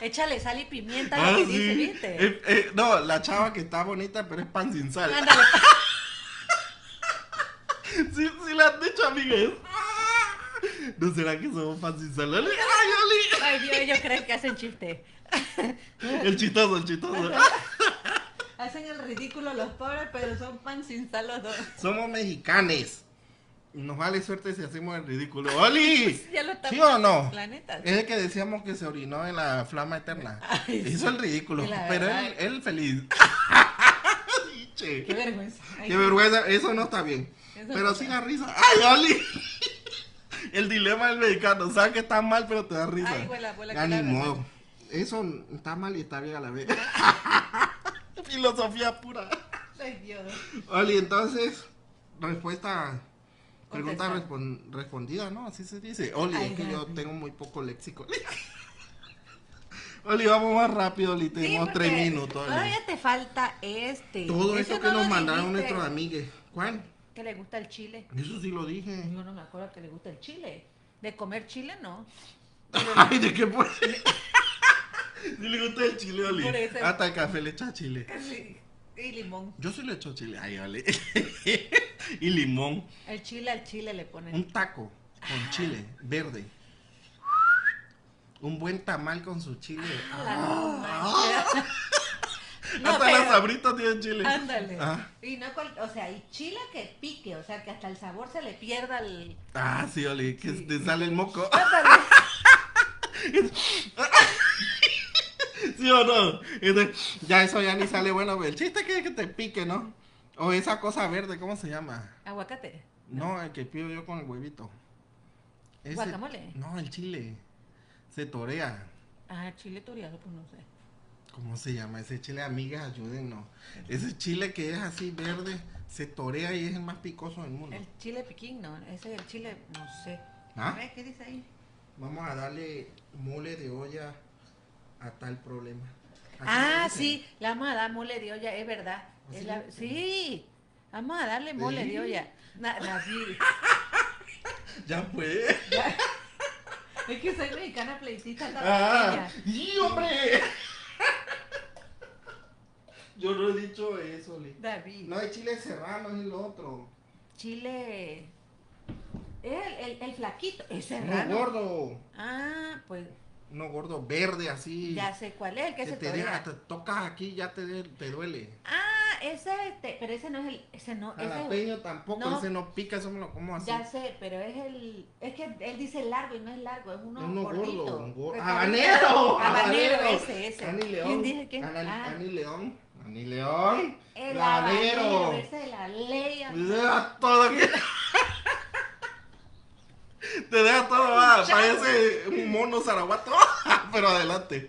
S2: Échale sal y pimienta,
S1: Ah,
S2: lo que
S1: sí.
S2: dice, ¿viste?
S1: Eh, eh, no, la chava que está bonita, pero es pan sin sal.
S2: Ándale,
S1: Sí, sí, le han dicho, amigues. Ah, ¿No será que somos pan sin sal? Ale? Ay,
S2: ay, Dios, ellos creen que hacen chiste.
S1: ole. El chistoso, el chistoso.
S2: Hacen el ridículo los pobres, pero son pan sin sal los dos.
S1: Somos mexicanes. Nos vale suerte si hacemos el ridículo. ¡Oli!
S2: Ya lo estamos.
S1: ¿Sí o no? Eh,
S2: La neta.
S1: Es el que decíamos que se orinó en la flama eterna.
S2: Ay, sí.
S1: Hizo el ridículo,
S2: La
S1: pero
S2: verdad.
S1: él, él feliz. Ay, che.
S2: Qué vergüenza. Ay,
S1: Qué vergüenza, eso no está bien.
S2: Eso
S1: pero
S2: no
S1: sí
S2: está
S1: la risa. ¡Ay, Oli! El dilema del mexicano, sabes que está mal, pero te da risa.
S2: Ay, güey, la abuela,
S1: Ya
S2: qué
S1: ni
S2: la verdad.
S1: modo. Eso está mal y está bien a la vez. Filosofía pura.
S2: Ay, Dios.
S1: Oli, entonces, respuesta, pregunta
S2: Contestada.
S1: respon- respondida, ¿no? Así se dice. Oli,
S2: Ay,
S1: es que yo
S2: rápido.
S1: tengo muy poco léxico. Oli, vamos más rápido, Oli, tenemos
S2: Sí, porque
S1: tres minutos. Oli.
S2: Todavía te falta este.
S1: Todo esto
S2: Ese no
S1: que
S2: lo
S1: nos mandaron
S2: dijiste,
S1: nuestros amigues. ¿Cuál?
S2: Que le gusta el chile.
S1: Eso sí lo dije.
S2: Yo no me acuerdo que le gusta el chile. De comer chile, no.
S1: Ay, ¿de qué pues? Si le gusta el chile, Oli.
S2: Por eso.
S1: Hasta el café le echa chile.
S2: Sí. Y limón.
S1: Yo sí le echo chile. Ay, Oli. y limón.
S2: El chile al chile le ponen.
S1: Un taco con chile verde. Un buen tamal con su chile.
S2: La
S1: Ah,
S2: no manches. No,
S1: hasta
S2: pero-
S1: las sabritas tienen chile.
S2: Ándale.
S1: Ah,
S2: Y no cual- o sea, y chile que pique, o sea, que hasta el sabor se le pierda el.
S1: Ah, sí, Oli, que
S2: Sí.
S1: te sale el moco.
S2: Ándale.
S1: ¿Sí o no? Entonces, ya eso ya ni sale bueno. El chiste que, que te pique, ¿no? O esa cosa verde, ¿cómo se llama?
S2: Aguacate.
S1: No, el que pido yo con el huevito. Ese-
S2: ¿Guacamole?
S1: No, el chile. Se torea.
S2: Ah, chile toreado, pues no sé.
S1: ¿Cómo se llama ese chile? Amigas, ayúdennos. Ese chile que es así verde, se torea y es el más picoso del mundo.
S2: El chile piquín, no. Ese es el chile, no sé.
S1: Mm. ¿Ah?
S2: ¿Ves qué dice ahí?
S1: Vamos a darle mole de olla a tal problema. Así le
S2: Ah,
S1: dicen.
S2: sí, la vamos a dar mole de olla, es verdad.
S1: Así
S2: Es
S1: le
S2: la-
S1: dicen.
S2: sí, vamos a darle mole
S1: Sí.
S2: de olla. Na- na- sí.
S1: Ya fue.
S2: Es que soy mexicana pleitista
S1: Ah,
S2: tabasqueña.
S1: ¡Y hombre! Yo no he dicho eso, Lee.
S2: David.
S1: No, el chile serrano es el otro.
S2: Chile. Es el, el, el flaquito, es
S1: No
S2: serrano.
S1: gordo.
S2: Ah, pues
S1: No gordo, verde así.
S2: ya sé cuál es, el que
S1: que
S2: se
S1: te deja,
S2: torea.
S1: te tocas aquí ya te, de- te duele.
S2: Ah, ese es este, pero ese no es el, ese no, ese
S1: Jalapeño tampoco,
S2: no.
S1: ese no pica, eso me lo como así.
S2: ya sé, pero es el, es que él dice largo y no es largo, es uno,
S1: Es uno
S2: gordito.
S1: gordo, un gordo.
S2: Recuerda-
S1: ¡Habanero!
S2: Habanero, ese, ese.
S1: Ani León.
S2: ¿Quién dije quién?
S1: Ana-
S2: Ah.
S1: Ani León. Ani León.
S2: El
S1: Habanero.
S2: habanero, ese es la ley.
S1: Te deja todo aquí. Te deja todo, ah,
S2: Chao.
S1: parece un mono zaraguato. Pero adelante.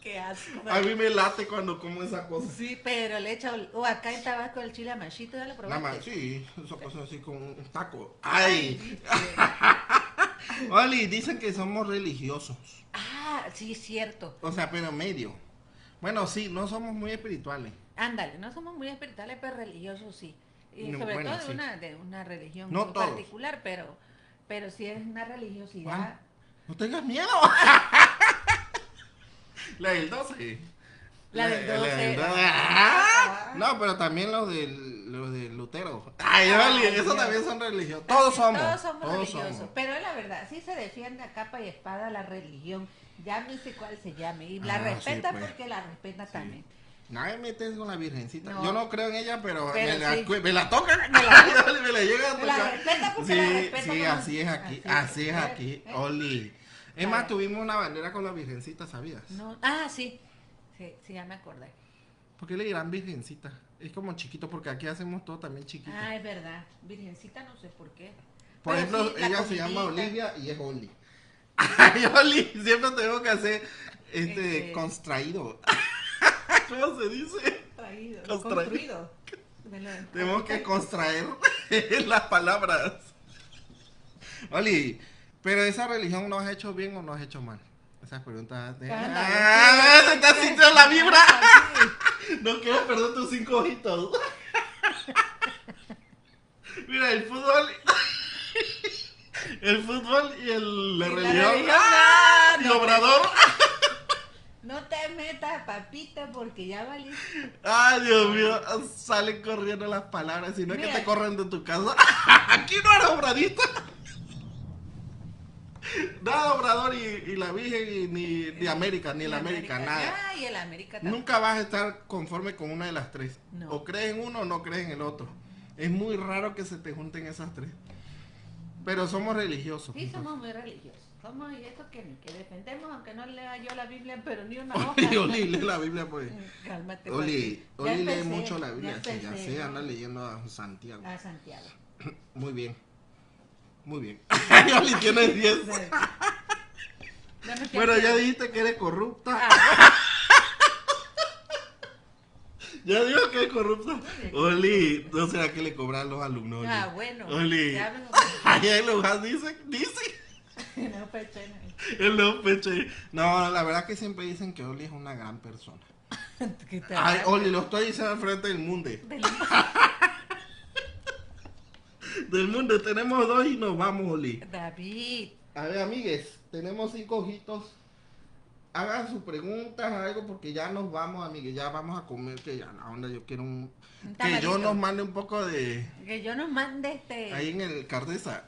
S2: Qué asco.
S1: A mí me late cuando como esa cosa.
S2: Sí, pero le echa, ol- o acá en Tabasco el chile amachito, ya lo
S1: Nada
S2: probaste.
S1: más, sí, esa cosa así con un taco.
S2: Ay,
S1: ¡Ay!
S2: viste.
S1: Oli, dicen que somos religiosos.
S2: Ah, sí, cierto.
S1: O sea, pero medio. Bueno, sí, no somos muy espirituales.
S2: Ándale, no somos muy espirituales, pero religiosos sí. Y
S1: No,
S2: sobre
S1: bueno,
S2: todo de,
S1: sí.
S2: una, de una religión
S1: No
S2: muy
S1: todos.
S2: particular, pero, pero sí es una religiosidad.
S1: Juan, No tengas miedo. la del 12.
S2: La del 12.
S1: Ah, No, pero también los del, los del Lutero. Ay,
S2: Ay,
S1: Oli, eso
S2: Ah, Dios.
S1: también son religiosos. Todos somos.
S2: Todos somos
S1: todos
S2: religiosos.
S1: somos.
S2: Pero es la verdad, sí se defiende a capa y espada la religión. Llámese cuál se llame. Y la
S1: Ah, sí,
S2: respeta
S1: pues.
S2: porque la respeta también.
S1: Nadie me metes con la virgencita.
S2: No.
S1: Yo no creo en ella, pero,
S2: Pero
S1: me, la,
S2: sí.
S1: cu- me la tocan.
S2: Me
S1: Me
S2: la
S1: la, llega a
S2: Me la
S1: tocar.
S2: respeta porque
S1: Sí,
S2: la respeta
S1: sí,
S2: como-
S1: así es aquí. Así, es aquí.
S2: ¿eh?
S1: Oli. Es
S2: Claro.
S1: más, tuvimos una bandera con la virgencita, ¿sabías?
S2: No, ah, sí. sí. Sí, ya me acordé.
S1: ¿Por qué le dirán virgencita? Es como chiquito, porque aquí hacemos todo también chiquito.
S2: Ah, es verdad. Virgencita, no sé por qué.
S1: Por
S2: Pero
S1: ejemplo,
S2: pues sí, la
S1: ella se llama
S2: comidita.
S1: Olivia y es Oli. Ay, Oli, siempre tengo que hacer este
S2: Este.
S1: contraído. ¿Cómo se dice?
S2: Traído,
S1: Construido.
S2: construido. De la-
S1: Tenemos que contraer las palabras. Oli, pero esa religión nos has hecho bien o nos has hecho mal? Esas preguntas de...
S2: Ándale,
S1: ¡Ah!
S2: sí.
S1: ¡Se está sintiendo la vibra!
S2: Ah, sí.
S1: No quiero perder tus cinco ojitos. Mira, el fútbol. El fútbol y el, la
S2: Y la
S1: religión.
S2: religión,
S1: ¡Ah!
S2: no,
S1: Y
S2: no,
S1: Obrador.
S2: No te metas, papita, porque ya valiste.
S1: ¡Ay, Dios mío! Salen corriendo las palabras. Si no es que
S2: Mira.
S1: te corren de tu casa. Aquí no era obradito. Nada, obrador y, y la Virgen, y ni de América, ni la América, nada.
S2: Ah, y el América también.
S1: Nunca vas a estar conforme con una de las tres.
S2: No.
S1: O crees en uno o no crees en el otro. Es muy raro que se te junten esas tres. Pero somos religiosos.
S2: Sí,
S1: entonces.
S2: somos muy religiosos. Somos y esto que, que defendemos, aunque no lea yo la Biblia, pero ni una hoja. Mm,
S1: Oli, Oli, lee la Biblia, pues.
S2: Cálmate.
S1: Oli,
S2: Joaquín. Ya
S1: Oli lee
S2: empecé,
S1: mucho la Biblia. sí, ya
S2: empecé,
S1: sé,
S2: ¿no? Ah.
S1: anda leyendo a Santiago.
S2: A Santiago.
S1: Muy bien. Muy bien. Oli, tienes 10.
S2: Ya me
S1: Bueno,
S2: quedé-
S1: ya dijiste que eres corrupta.
S2: Ah,
S1: Ya digo que eres corrupta. Oli, no será que le cobran los alumnos. Oli.
S2: ah, bueno.
S1: Oli.
S2: Ya me-
S1: Ahí en Luján dice, dice.
S2: No, pues, bueno.
S1: El no peche. No, la verdad que siempre dicen que Oli es una gran persona.
S2: ¿Qué tal?
S1: Ay, Oli, lo estoy diciendo al frente del mundo.
S2: Del-
S1: Del mundo tenemos dos y nos vamos, Oli.
S2: David.
S1: A ver, amigues, tenemos cinco ojitos. Hagan sus preguntas, algo, porque ya nos vamos, amigues. Ya vamos a comer, que ya la onda, yo quiero un...
S2: Un
S1: Que yo
S2: tamalito.
S1: nos mande un poco de...
S2: Que yo nos mande este.
S1: Ahí en el Cardesa.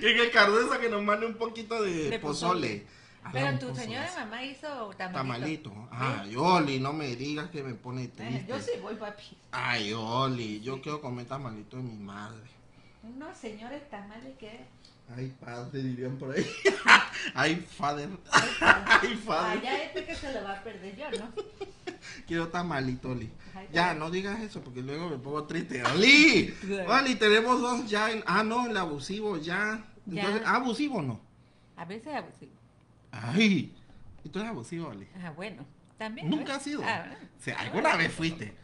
S1: en el Cardesa que nos mande un poquito de,
S2: De pozole.
S1: pozole.
S2: Pero
S1: Hagan
S2: tu
S1: pozole.
S2: señora mamá hizo tamalito.
S1: Tamalito. ah, Ay, Oli, no me digas que me pone
S2: Eh,
S1: triste.
S2: Yo sí voy, papi.
S1: Ay, Oli, yo quiero comer tamalito de mi madre.
S2: Unos señores tamales que
S1: Ay, padre, dirían por ahí. Ay, father. Ay, father.
S2: Allá este que se lo va a perder yo, ¿no?
S1: Quiero tamalito, Oli.
S2: Ay,
S1: Ya,
S2: padre.
S1: no digas eso porque luego me pongo triste. ¡Oli! Oli, tenemos dos ya. en- ah, no, el abusivo ya.
S2: Ya.
S1: Entonces, ¿ah, abusivo no.
S2: A veces es abusivo.
S1: Ay, y tú eres abusivo, Oli.
S2: Ah, bueno. También. ¿no?
S1: Nunca has sido.
S2: Ah, bueno.
S1: O sea, alguna vez fuiste.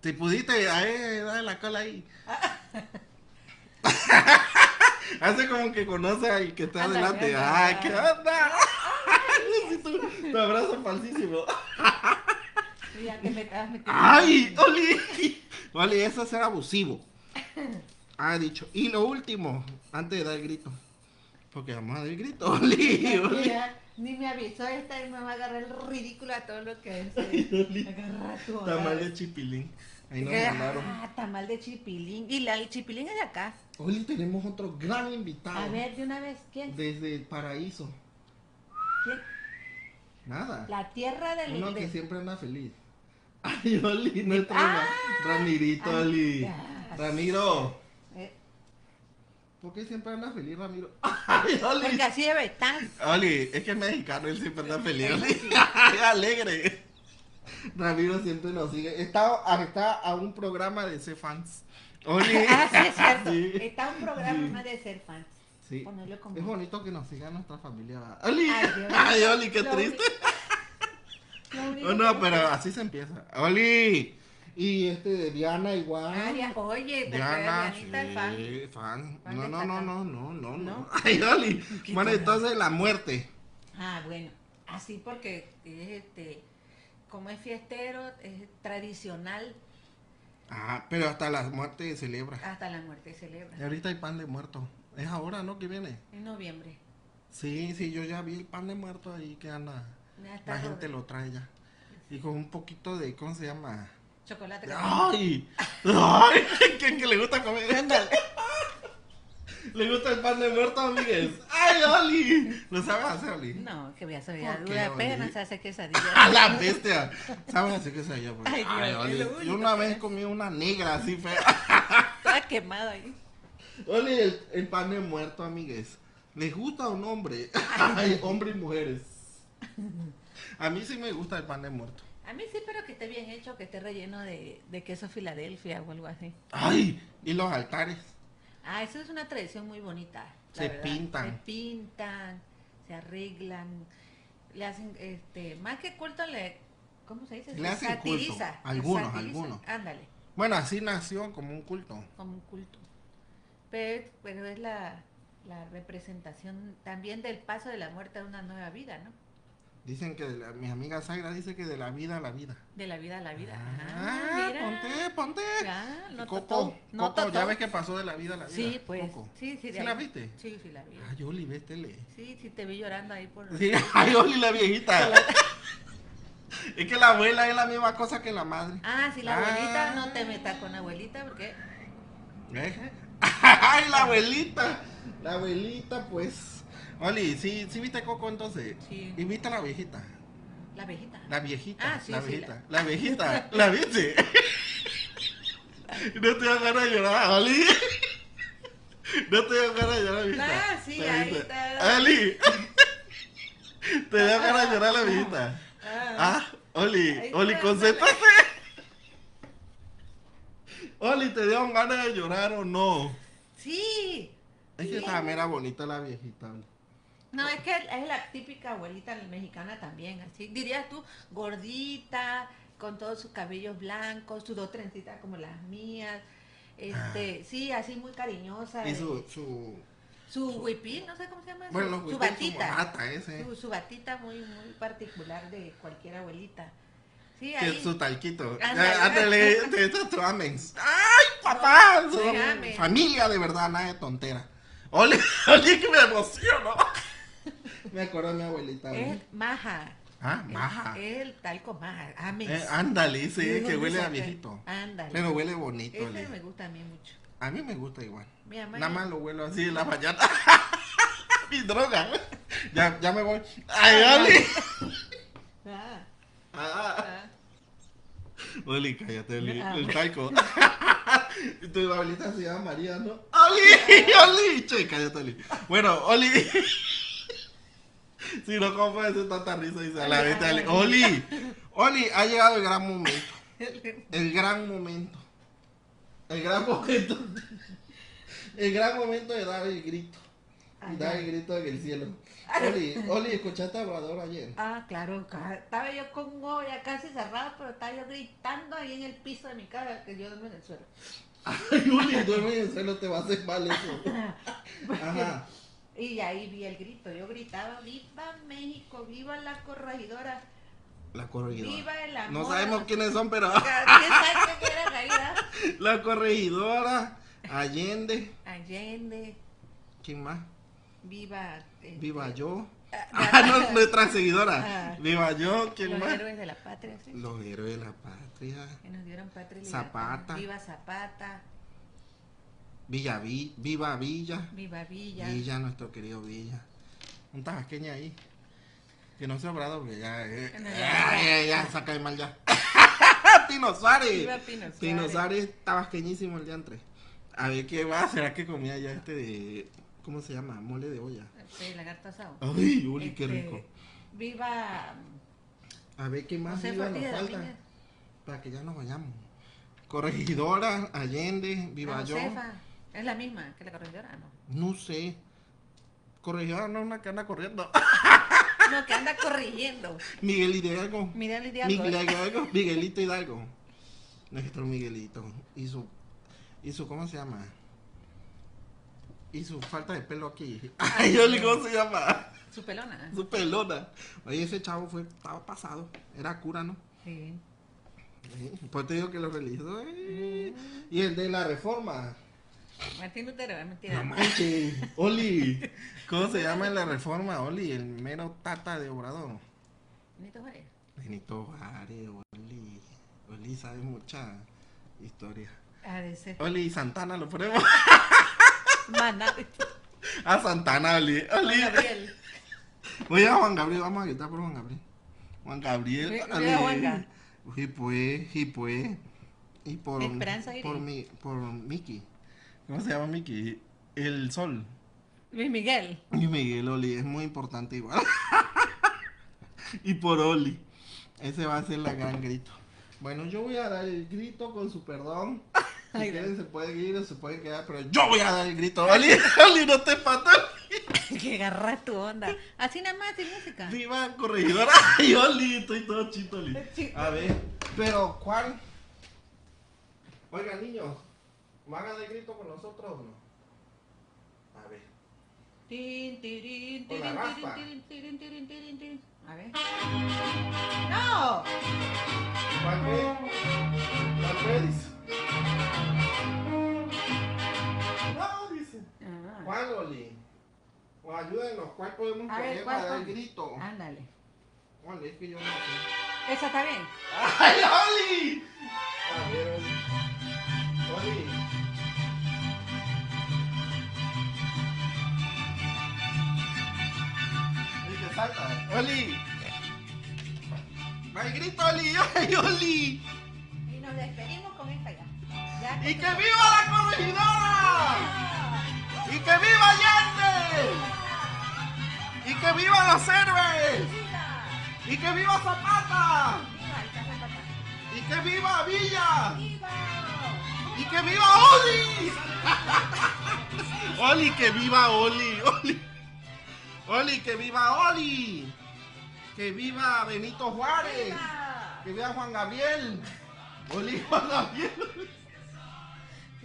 S1: Te pudiste ahí, dar la cola ahí.
S2: Ah.
S1: Hace como que conoce al que está
S2: Anda,
S1: adelante.
S2: anda.
S1: ¡Ah, qué onda! Sí, tú, tu abrazo falsísimo.
S2: Mira que me estabas metiendo.
S1: ¡Ay! ¡Oli! Oli, eso es ser abusivo. Ha dicho. Y lo último, antes de dar el grito. Porque vamos a dar el grito, Oli. Oli.
S2: Mira, Ni me avisó esta y me va a agarrar el ridículo a todo lo que es. eh, Agarra tu
S1: Tamal de chipilín. Ahí nos mandaron.
S2: Ah, tamal de chipilín. Y la, el chipilín es de acá.
S1: Oli, tenemos otro gran invitado.
S2: A ver, de una vez, ¿quién?
S1: Desde el paraíso.
S2: ¿Quién?
S1: Nada.
S2: La tierra del...
S1: Uno
S2: de-
S1: que siempre anda feliz. Ay, Oli, nuestro
S2: Ah.
S1: Ra- Ramirito,
S2: Ay,
S1: Oli.
S2: ah.
S1: Ramiro.
S2: Eh,
S1: ¿Por qué siempre anda feliz, Ramiro? Ay, Oli.
S2: Porque así debe estar.
S1: Oli, es que es mexicano, él siempre anda feliz. Oli. Ay, alegre. Ramiro siempre nos sigue. Está, está a un programa de C-Fans. Oli.
S2: Ah, sí, es cierto.
S1: Sí.
S2: Está un programa de ser fan.
S1: Sí.
S2: Ponerlo como...
S1: Es bonito que nos siga nuestra familia. ¿verdad? Oli.
S2: Ay, Dios.
S1: Ay, Oli, qué
S2: Lo
S1: triste.
S2: Lo único
S1: Oh, no,
S2: que-
S1: pero así se empieza. ¡Oli! Y este de Diana igual.
S2: Ah, ya- oye, te
S1: Diana, sí,
S2: Dianita es fan.
S1: fan.
S2: Fan
S1: No, no, no,
S2: destacada.
S1: no, no, no, no.
S2: ¿No?
S1: Ay, Oli.
S2: Qué
S1: Bueno,
S2: cosa.
S1: entonces la muerte.
S2: Ah, bueno, así porque es este, como es fiestero, es tradicional,
S1: Ah, pero hasta la muerte se celebra.
S2: hasta la muerte
S1: Y
S2: celebra.
S1: ahorita hay pan de muerto. Es ahora, ¿no? Que viene.
S2: En noviembre.
S1: Sí, sí, yo ya vi el pan de muerto ahí que anda.
S2: Ya está
S1: La
S2: todo.
S1: gente lo trae ya. Y con un poquito de, ¿cómo se llama?
S2: Chocolate. caliente.
S1: ¡Ay! ¡Ay! ¿Quién que le gusta comer? ¿Le gusta el pan de muerto, amigues? ¡Ay, Oli! ¿Lo sabes hacer, Oli?
S2: No, que voy a saber,
S1: ¿Por qué,
S2: dura
S1: Oli?
S2: apenas hace
S1: ¡A
S2: quesadilla.
S1: la bestia! ¿Sabes hacer que se yo? pues?
S2: Ay, Dios, es lo único
S1: Yo una
S2: que
S1: vez
S2: es.
S1: comí una negra así fea.
S2: Estaba quemado ahí.
S1: Oli, el, el pan de muerto, amigues. ¿Les gusta a un hombre? Ay, hombre y mujeres. A mí sí me gusta el pan de muerto.
S2: A mí sí, pero que esté bien hecho, que esté relleno de, de queso Filadelfia o algo así.
S1: ¡Ay! Y los altares.
S2: Ah, eso es una tradición muy bonita. la
S1: Se
S2: verdad.
S1: pintan.
S2: Se pintan, se arreglan, le hacen, este, más que culto le, ¿cómo se dice?
S1: Le
S2: Se
S1: hacen culto.
S2: satiriza, se
S1: Algunos,
S2: satiriza.
S1: algunos.
S2: Ándale,
S1: Bueno, así nació como un culto.
S2: como un culto. Pero, pero es la, la representación también del paso de la muerte a una nueva vida, ¿no?
S1: Dicen que de la- mi amiga Zaira dice que de la vida a la vida.
S2: De la vida a la vida.
S1: Ah,
S2: mira.
S1: ponte, ponte.
S2: Ya, no
S1: Coco,
S2: totó, no
S1: Coco, ya
S2: totó.
S1: ves que pasó de la vida a la vida.
S2: Sí, pues.
S1: Coco.
S2: Sí, sí, de
S1: ¿Sí
S2: ahí.
S1: la viste?
S2: Sí, sí la vi.
S1: Ay, Oli, véstele.
S2: Sí, sí te vi llorando ahí por...
S1: Sí, ay, Oli, la viejita. es que la abuela es la misma cosa que la madre.
S2: Ah, si la abuelita,
S1: Ah.
S2: no te metas con la abuelita porque
S1: ¿Eh? Ay, la abuelita. La abuelita, pues. Oli, sí, sí viste Coco entonces.
S2: Sí.
S1: Y viste a la viejita.
S2: la viejita.
S1: La viejita,
S2: Ah, sí,
S1: la
S2: sí,
S1: viejita, la... viejita, la viste. no te da ganas de llorar, Ali. No te da ganas de llorar, viejita.
S2: Ah, sí,
S1: La
S2: ahí
S1: viejita.
S2: está.
S1: Ali. te da ganas de llorar la viejita.
S2: Ah,
S1: Ah, Oli,
S2: Ahí
S1: Oli,
S2: está,
S1: concéntrate. Oli, ¿te dieron ganas de llorar o no?
S2: Sí.
S1: Es que
S2: Sí.
S1: también era bonita la viejita. Oli.
S2: No, es que es la típica abuelita mexicana también, así. Dirías tú, gordita, con todos sus cabellos blancos, sus dos trencitas como las mías. Este, sí, así muy cariñosa.
S1: Ah. Y
S2: de-
S1: su, su,
S2: su huipil, no sé cómo se llama.
S1: bueno,
S2: Ah, su,
S1: los
S2: su
S1: juguetes, su
S2: batita.
S1: bata ese.
S2: Su, su batita muy, muy particular de cualquier abuelita. Sí,
S1: Que
S2: ahí.
S1: su talquito.
S2: Ándale.
S1: Ya, Ándale, te estos tu amens. ¡Ay, papá!
S2: No,
S1: Su
S2: soy amens.
S1: familia de verdad, nada de tontera. Ole, ole que me emociono. Me acuerdo de mi abuelita. ¿no?
S2: Es maja.
S1: Ah,
S2: eh,
S1: maja.
S2: Es el talco maja. Ah, Amén.
S1: Eh, ándale, sí,
S2: Y uno
S1: que huele a
S2: dice,
S1: viejito.
S2: Ándale.
S1: Pero huele bonito.
S2: Ese me
S1: ole.
S2: gusta a mí mucho.
S1: A mí me gusta igual.
S2: Mi mamá.
S1: Nada más lo huelo así en la mañana. mi droga. Ya, ya me voy. Ay, Oli.
S2: Ah,
S1: Ah.
S2: ah.
S1: Oli, cállate, Oli.
S2: Ah,
S1: El
S2: bueno.
S1: talco. tu abuelita se llama María, ¿no? ¡Ay, Oli, Oli. Che, cállate, Oli. Bueno, Oli. Si no, ¿cómo puede ser tanta risa? Y se la vete a Oli. Oli, Oli, ha llegado el gran momento. El gran momento. El gran momento. El gran momento de dar el grito. Y dar el grito en el cielo. Oli, Oli, ¿escuchaste a Obrador ayer?
S2: Ah, claro, ca- estaba yo con ya casi cerrada, pero estaba yo gritando ahí en el piso de mi casa, que yo duermo en el suelo.
S1: Ay, Oli, duerme en el suelo, te va a hacer mal eso. Ajá.
S2: Y ahí vi el grito, yo gritaba, viva México, viva la corregidora,
S1: La corregidora.
S2: viva el amor.
S1: No sabemos quiénes son, pero
S2: ¿Quién sabe qué era en realidad?
S1: la corregidora, Allende,
S2: Allende,
S1: ¿quién más?
S2: viva... eh,
S1: Viva yo.
S2: ah,
S1: Ah, no, nuestra seguidora.
S2: Ah.
S1: Viva yo, ¿quién
S2: los
S1: más?
S2: héroes de la patria, sí,
S1: Los héroes de la patria.
S2: que nos dieron patria y libertad.
S1: Zapata.
S2: Viva Zapata,
S1: Villa, Vi- viva Villa.
S2: viva Villa.
S1: Villa, nuestro querido Villa. Un tabasqueño ahí. Que no se ha hablado, porque ya, eh,
S2: Bueno, ya.
S1: ya, ya, ya, saca de mal ya. Tino Suárez.
S2: Viva Pino Suárez.
S1: Pino Suárez tabasqueñísimo el diantre. A ver qué va, será que comía ya este de. ¿Cómo se llama? Mole de olla.
S2: Este, lagarto asado.
S1: Ay, Uli, qué
S2: Este,
S1: rico.
S2: Viva
S1: A ver qué más
S2: José
S1: viva
S2: Ortiz
S1: nos
S2: de
S1: falta.
S2: Domínguez.
S1: Para que ya nos vayamos. Corregidora, Allende, Viva
S2: La
S1: yo.
S2: Ah, Josefa. Es la misma que la corregidora, no.
S1: No sé. Corregidora no es una que anda corriendo.
S2: No, que anda corrigiendo.
S1: Miguel Hidalgo.
S2: Mira el
S1: Miguel
S2: diablo.
S1: Hidalgo. Miguelito Hidalgo. Nuestro Miguelito. Y su. Y su, ¿cómo se llama? Y su falta de pelo aquí. Ay, yo le ¿cómo se llama?
S2: Su pelona.
S1: Su pelona. Oye, ese chavo fue, estaba pasado. Era cura, ¿no?
S2: Sí.
S1: Eh, Pues te digo que lo realizó. eh. Y el de la reforma.
S2: Martín Lutero, es mentira.
S1: No manches. Oli. ¿Cómo se llama en la reforma, Oli? El mero tata de Obrador.
S2: Benito Juárez.
S1: Benito Juárez, Oli. Oli sabe mucha historia.
S2: Ha de ser.
S1: Oli y Santana lo ponemos.
S2: Mana.
S1: A Santana, Oli. Oli.
S2: Gabriel.
S1: Oye, a Juan Gabriel, vamos a gritar por Juan Gabriel. Juan Gabriel.
S2: Ve- ve a Juanga.
S1: Y pues, y pues. Y por,
S2: Esperanza Aguirre.
S1: por, mi, por Mickey. ¿Cómo se llama Mickey? El sol.
S2: Luis Miguel.
S1: Y Miguel Oli, es muy importante igual. y por Oli. Ese va a ser la gran grito. Bueno, yo voy a dar el grito con su perdón. Si
S2: Ay,
S1: quieren se pueden ir o se pueden quedar, pero yo voy a dar el grito. Oli, Oli, no te patas.
S2: que agarras tu onda. Así nada más, sin música.
S1: Viva corregidora. Ay, Oli, estoy todo chito, Oli.
S2: Eh,
S1: A ver, pero ¿cuál? Oigan, niños, ¿van a dar el grito con nosotros o no? A ver.
S2: Tin, tirin,
S1: Con la
S2: tirin,
S1: raspa.
S2: tirin, tirin, tirin, tirin, tirin. A ver. ¡No!
S1: ¿Cuál fue? ¿Cuál fue? Dice. No, dice.
S2: Ah,
S1: ¿Cuál, Oli? O ayúdenos, ¿cuál podemos
S2: A ver,
S1: poner
S2: ¿cuál,
S1: para dar el
S2: cuál? Ah.
S1: grito?
S2: ándale.
S1: Oli, es que yo no sé.
S2: Esa está bien.
S1: ¡Ay, Oli! A ver, Oli. Oli. Oli, que salta. Oli. Va el grito, Oli. ¡Ay, Oli!
S2: Y nos despedimos con esta ya. Ya
S1: ¡Y que ¡Ah!
S2: con-
S1: viva la corregidora!
S2: ¡Ah!
S1: ¡Y que viva Allende! ¡Y que viva los héroes!
S2: ¡Viva!
S1: ¡Y que viva Zapata!
S2: ¡Viva el Café Papá!
S1: ¡Y que viva Villa!
S2: ¡Viva!
S1: ¡Y que viva Oli! ¡Oli, que viva Oli! ¡Oli! ¡Oli, que viva Oli! ¡Que viva Benito Juárez!
S2: ¡Viva!
S1: ¡Que viva Juan Gabriel! ¡Oli, Juan Gabriel!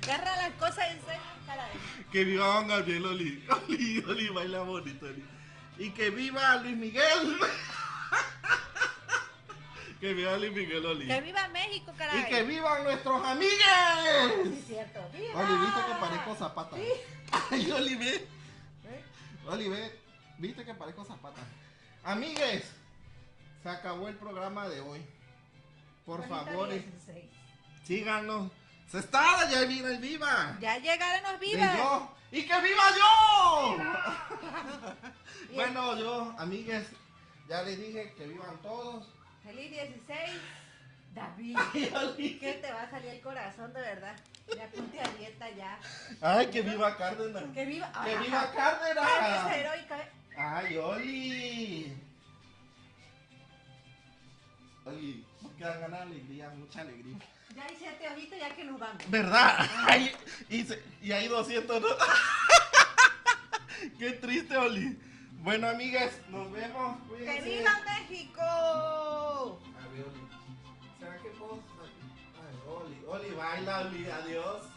S2: Agarra las cosas en serio, cara de-
S1: Que viva Juan Gabriel, Oli. Oli, Oli, baila bonito, Oli. Y que viva Luis Miguel. que viva Luis Miguel, Oli.
S2: ¡Que viva México, caray!
S1: Y que vivan nuestros amigues.
S2: Sí, es cierto! ¡Viva!
S1: Oli, viste que parezco zapata. Ay, Oli, ve.
S2: ¿Eh?
S1: Oli, ve. Viste que parezco zapata. Amigues, se acabó el programa de hoy. Por
S2: Bonito
S1: favor, eh.
S2: 16.
S1: síganos. Se está, ya viva el viva.
S2: ¡Ya llegaron los
S1: De
S2: vivas!
S1: yo. ¡Y que viva yo!
S2: Bien.
S1: bueno, yo, amigues, ya les dije que vivan todos.
S2: ¡Feliz 16! ¡David! que te va a salir el corazón de verdad. Ya ponte a dieta ya.
S1: Ay, que viva Cárdenas.
S2: Que viva.
S1: Que viva
S2: Ay, es
S1: Cárdenas.
S2: heroica. ¿eh?
S1: Ay, Oli. Oli, que dan ganas de alegría, mucha alegría.
S2: Ya hay siete ojitos ya que nos vamos.
S1: ¿Verdad? Ay, y, se- y hay 200, ¿no? Qué triste, Oli. Bueno, amigas, nos vemos.
S2: ¡Que
S1: cuídense.
S2: viva México!
S1: A ver, Oli. ¿Será que puedo? Ay, Oli, Oli, baila, Oli, adiós.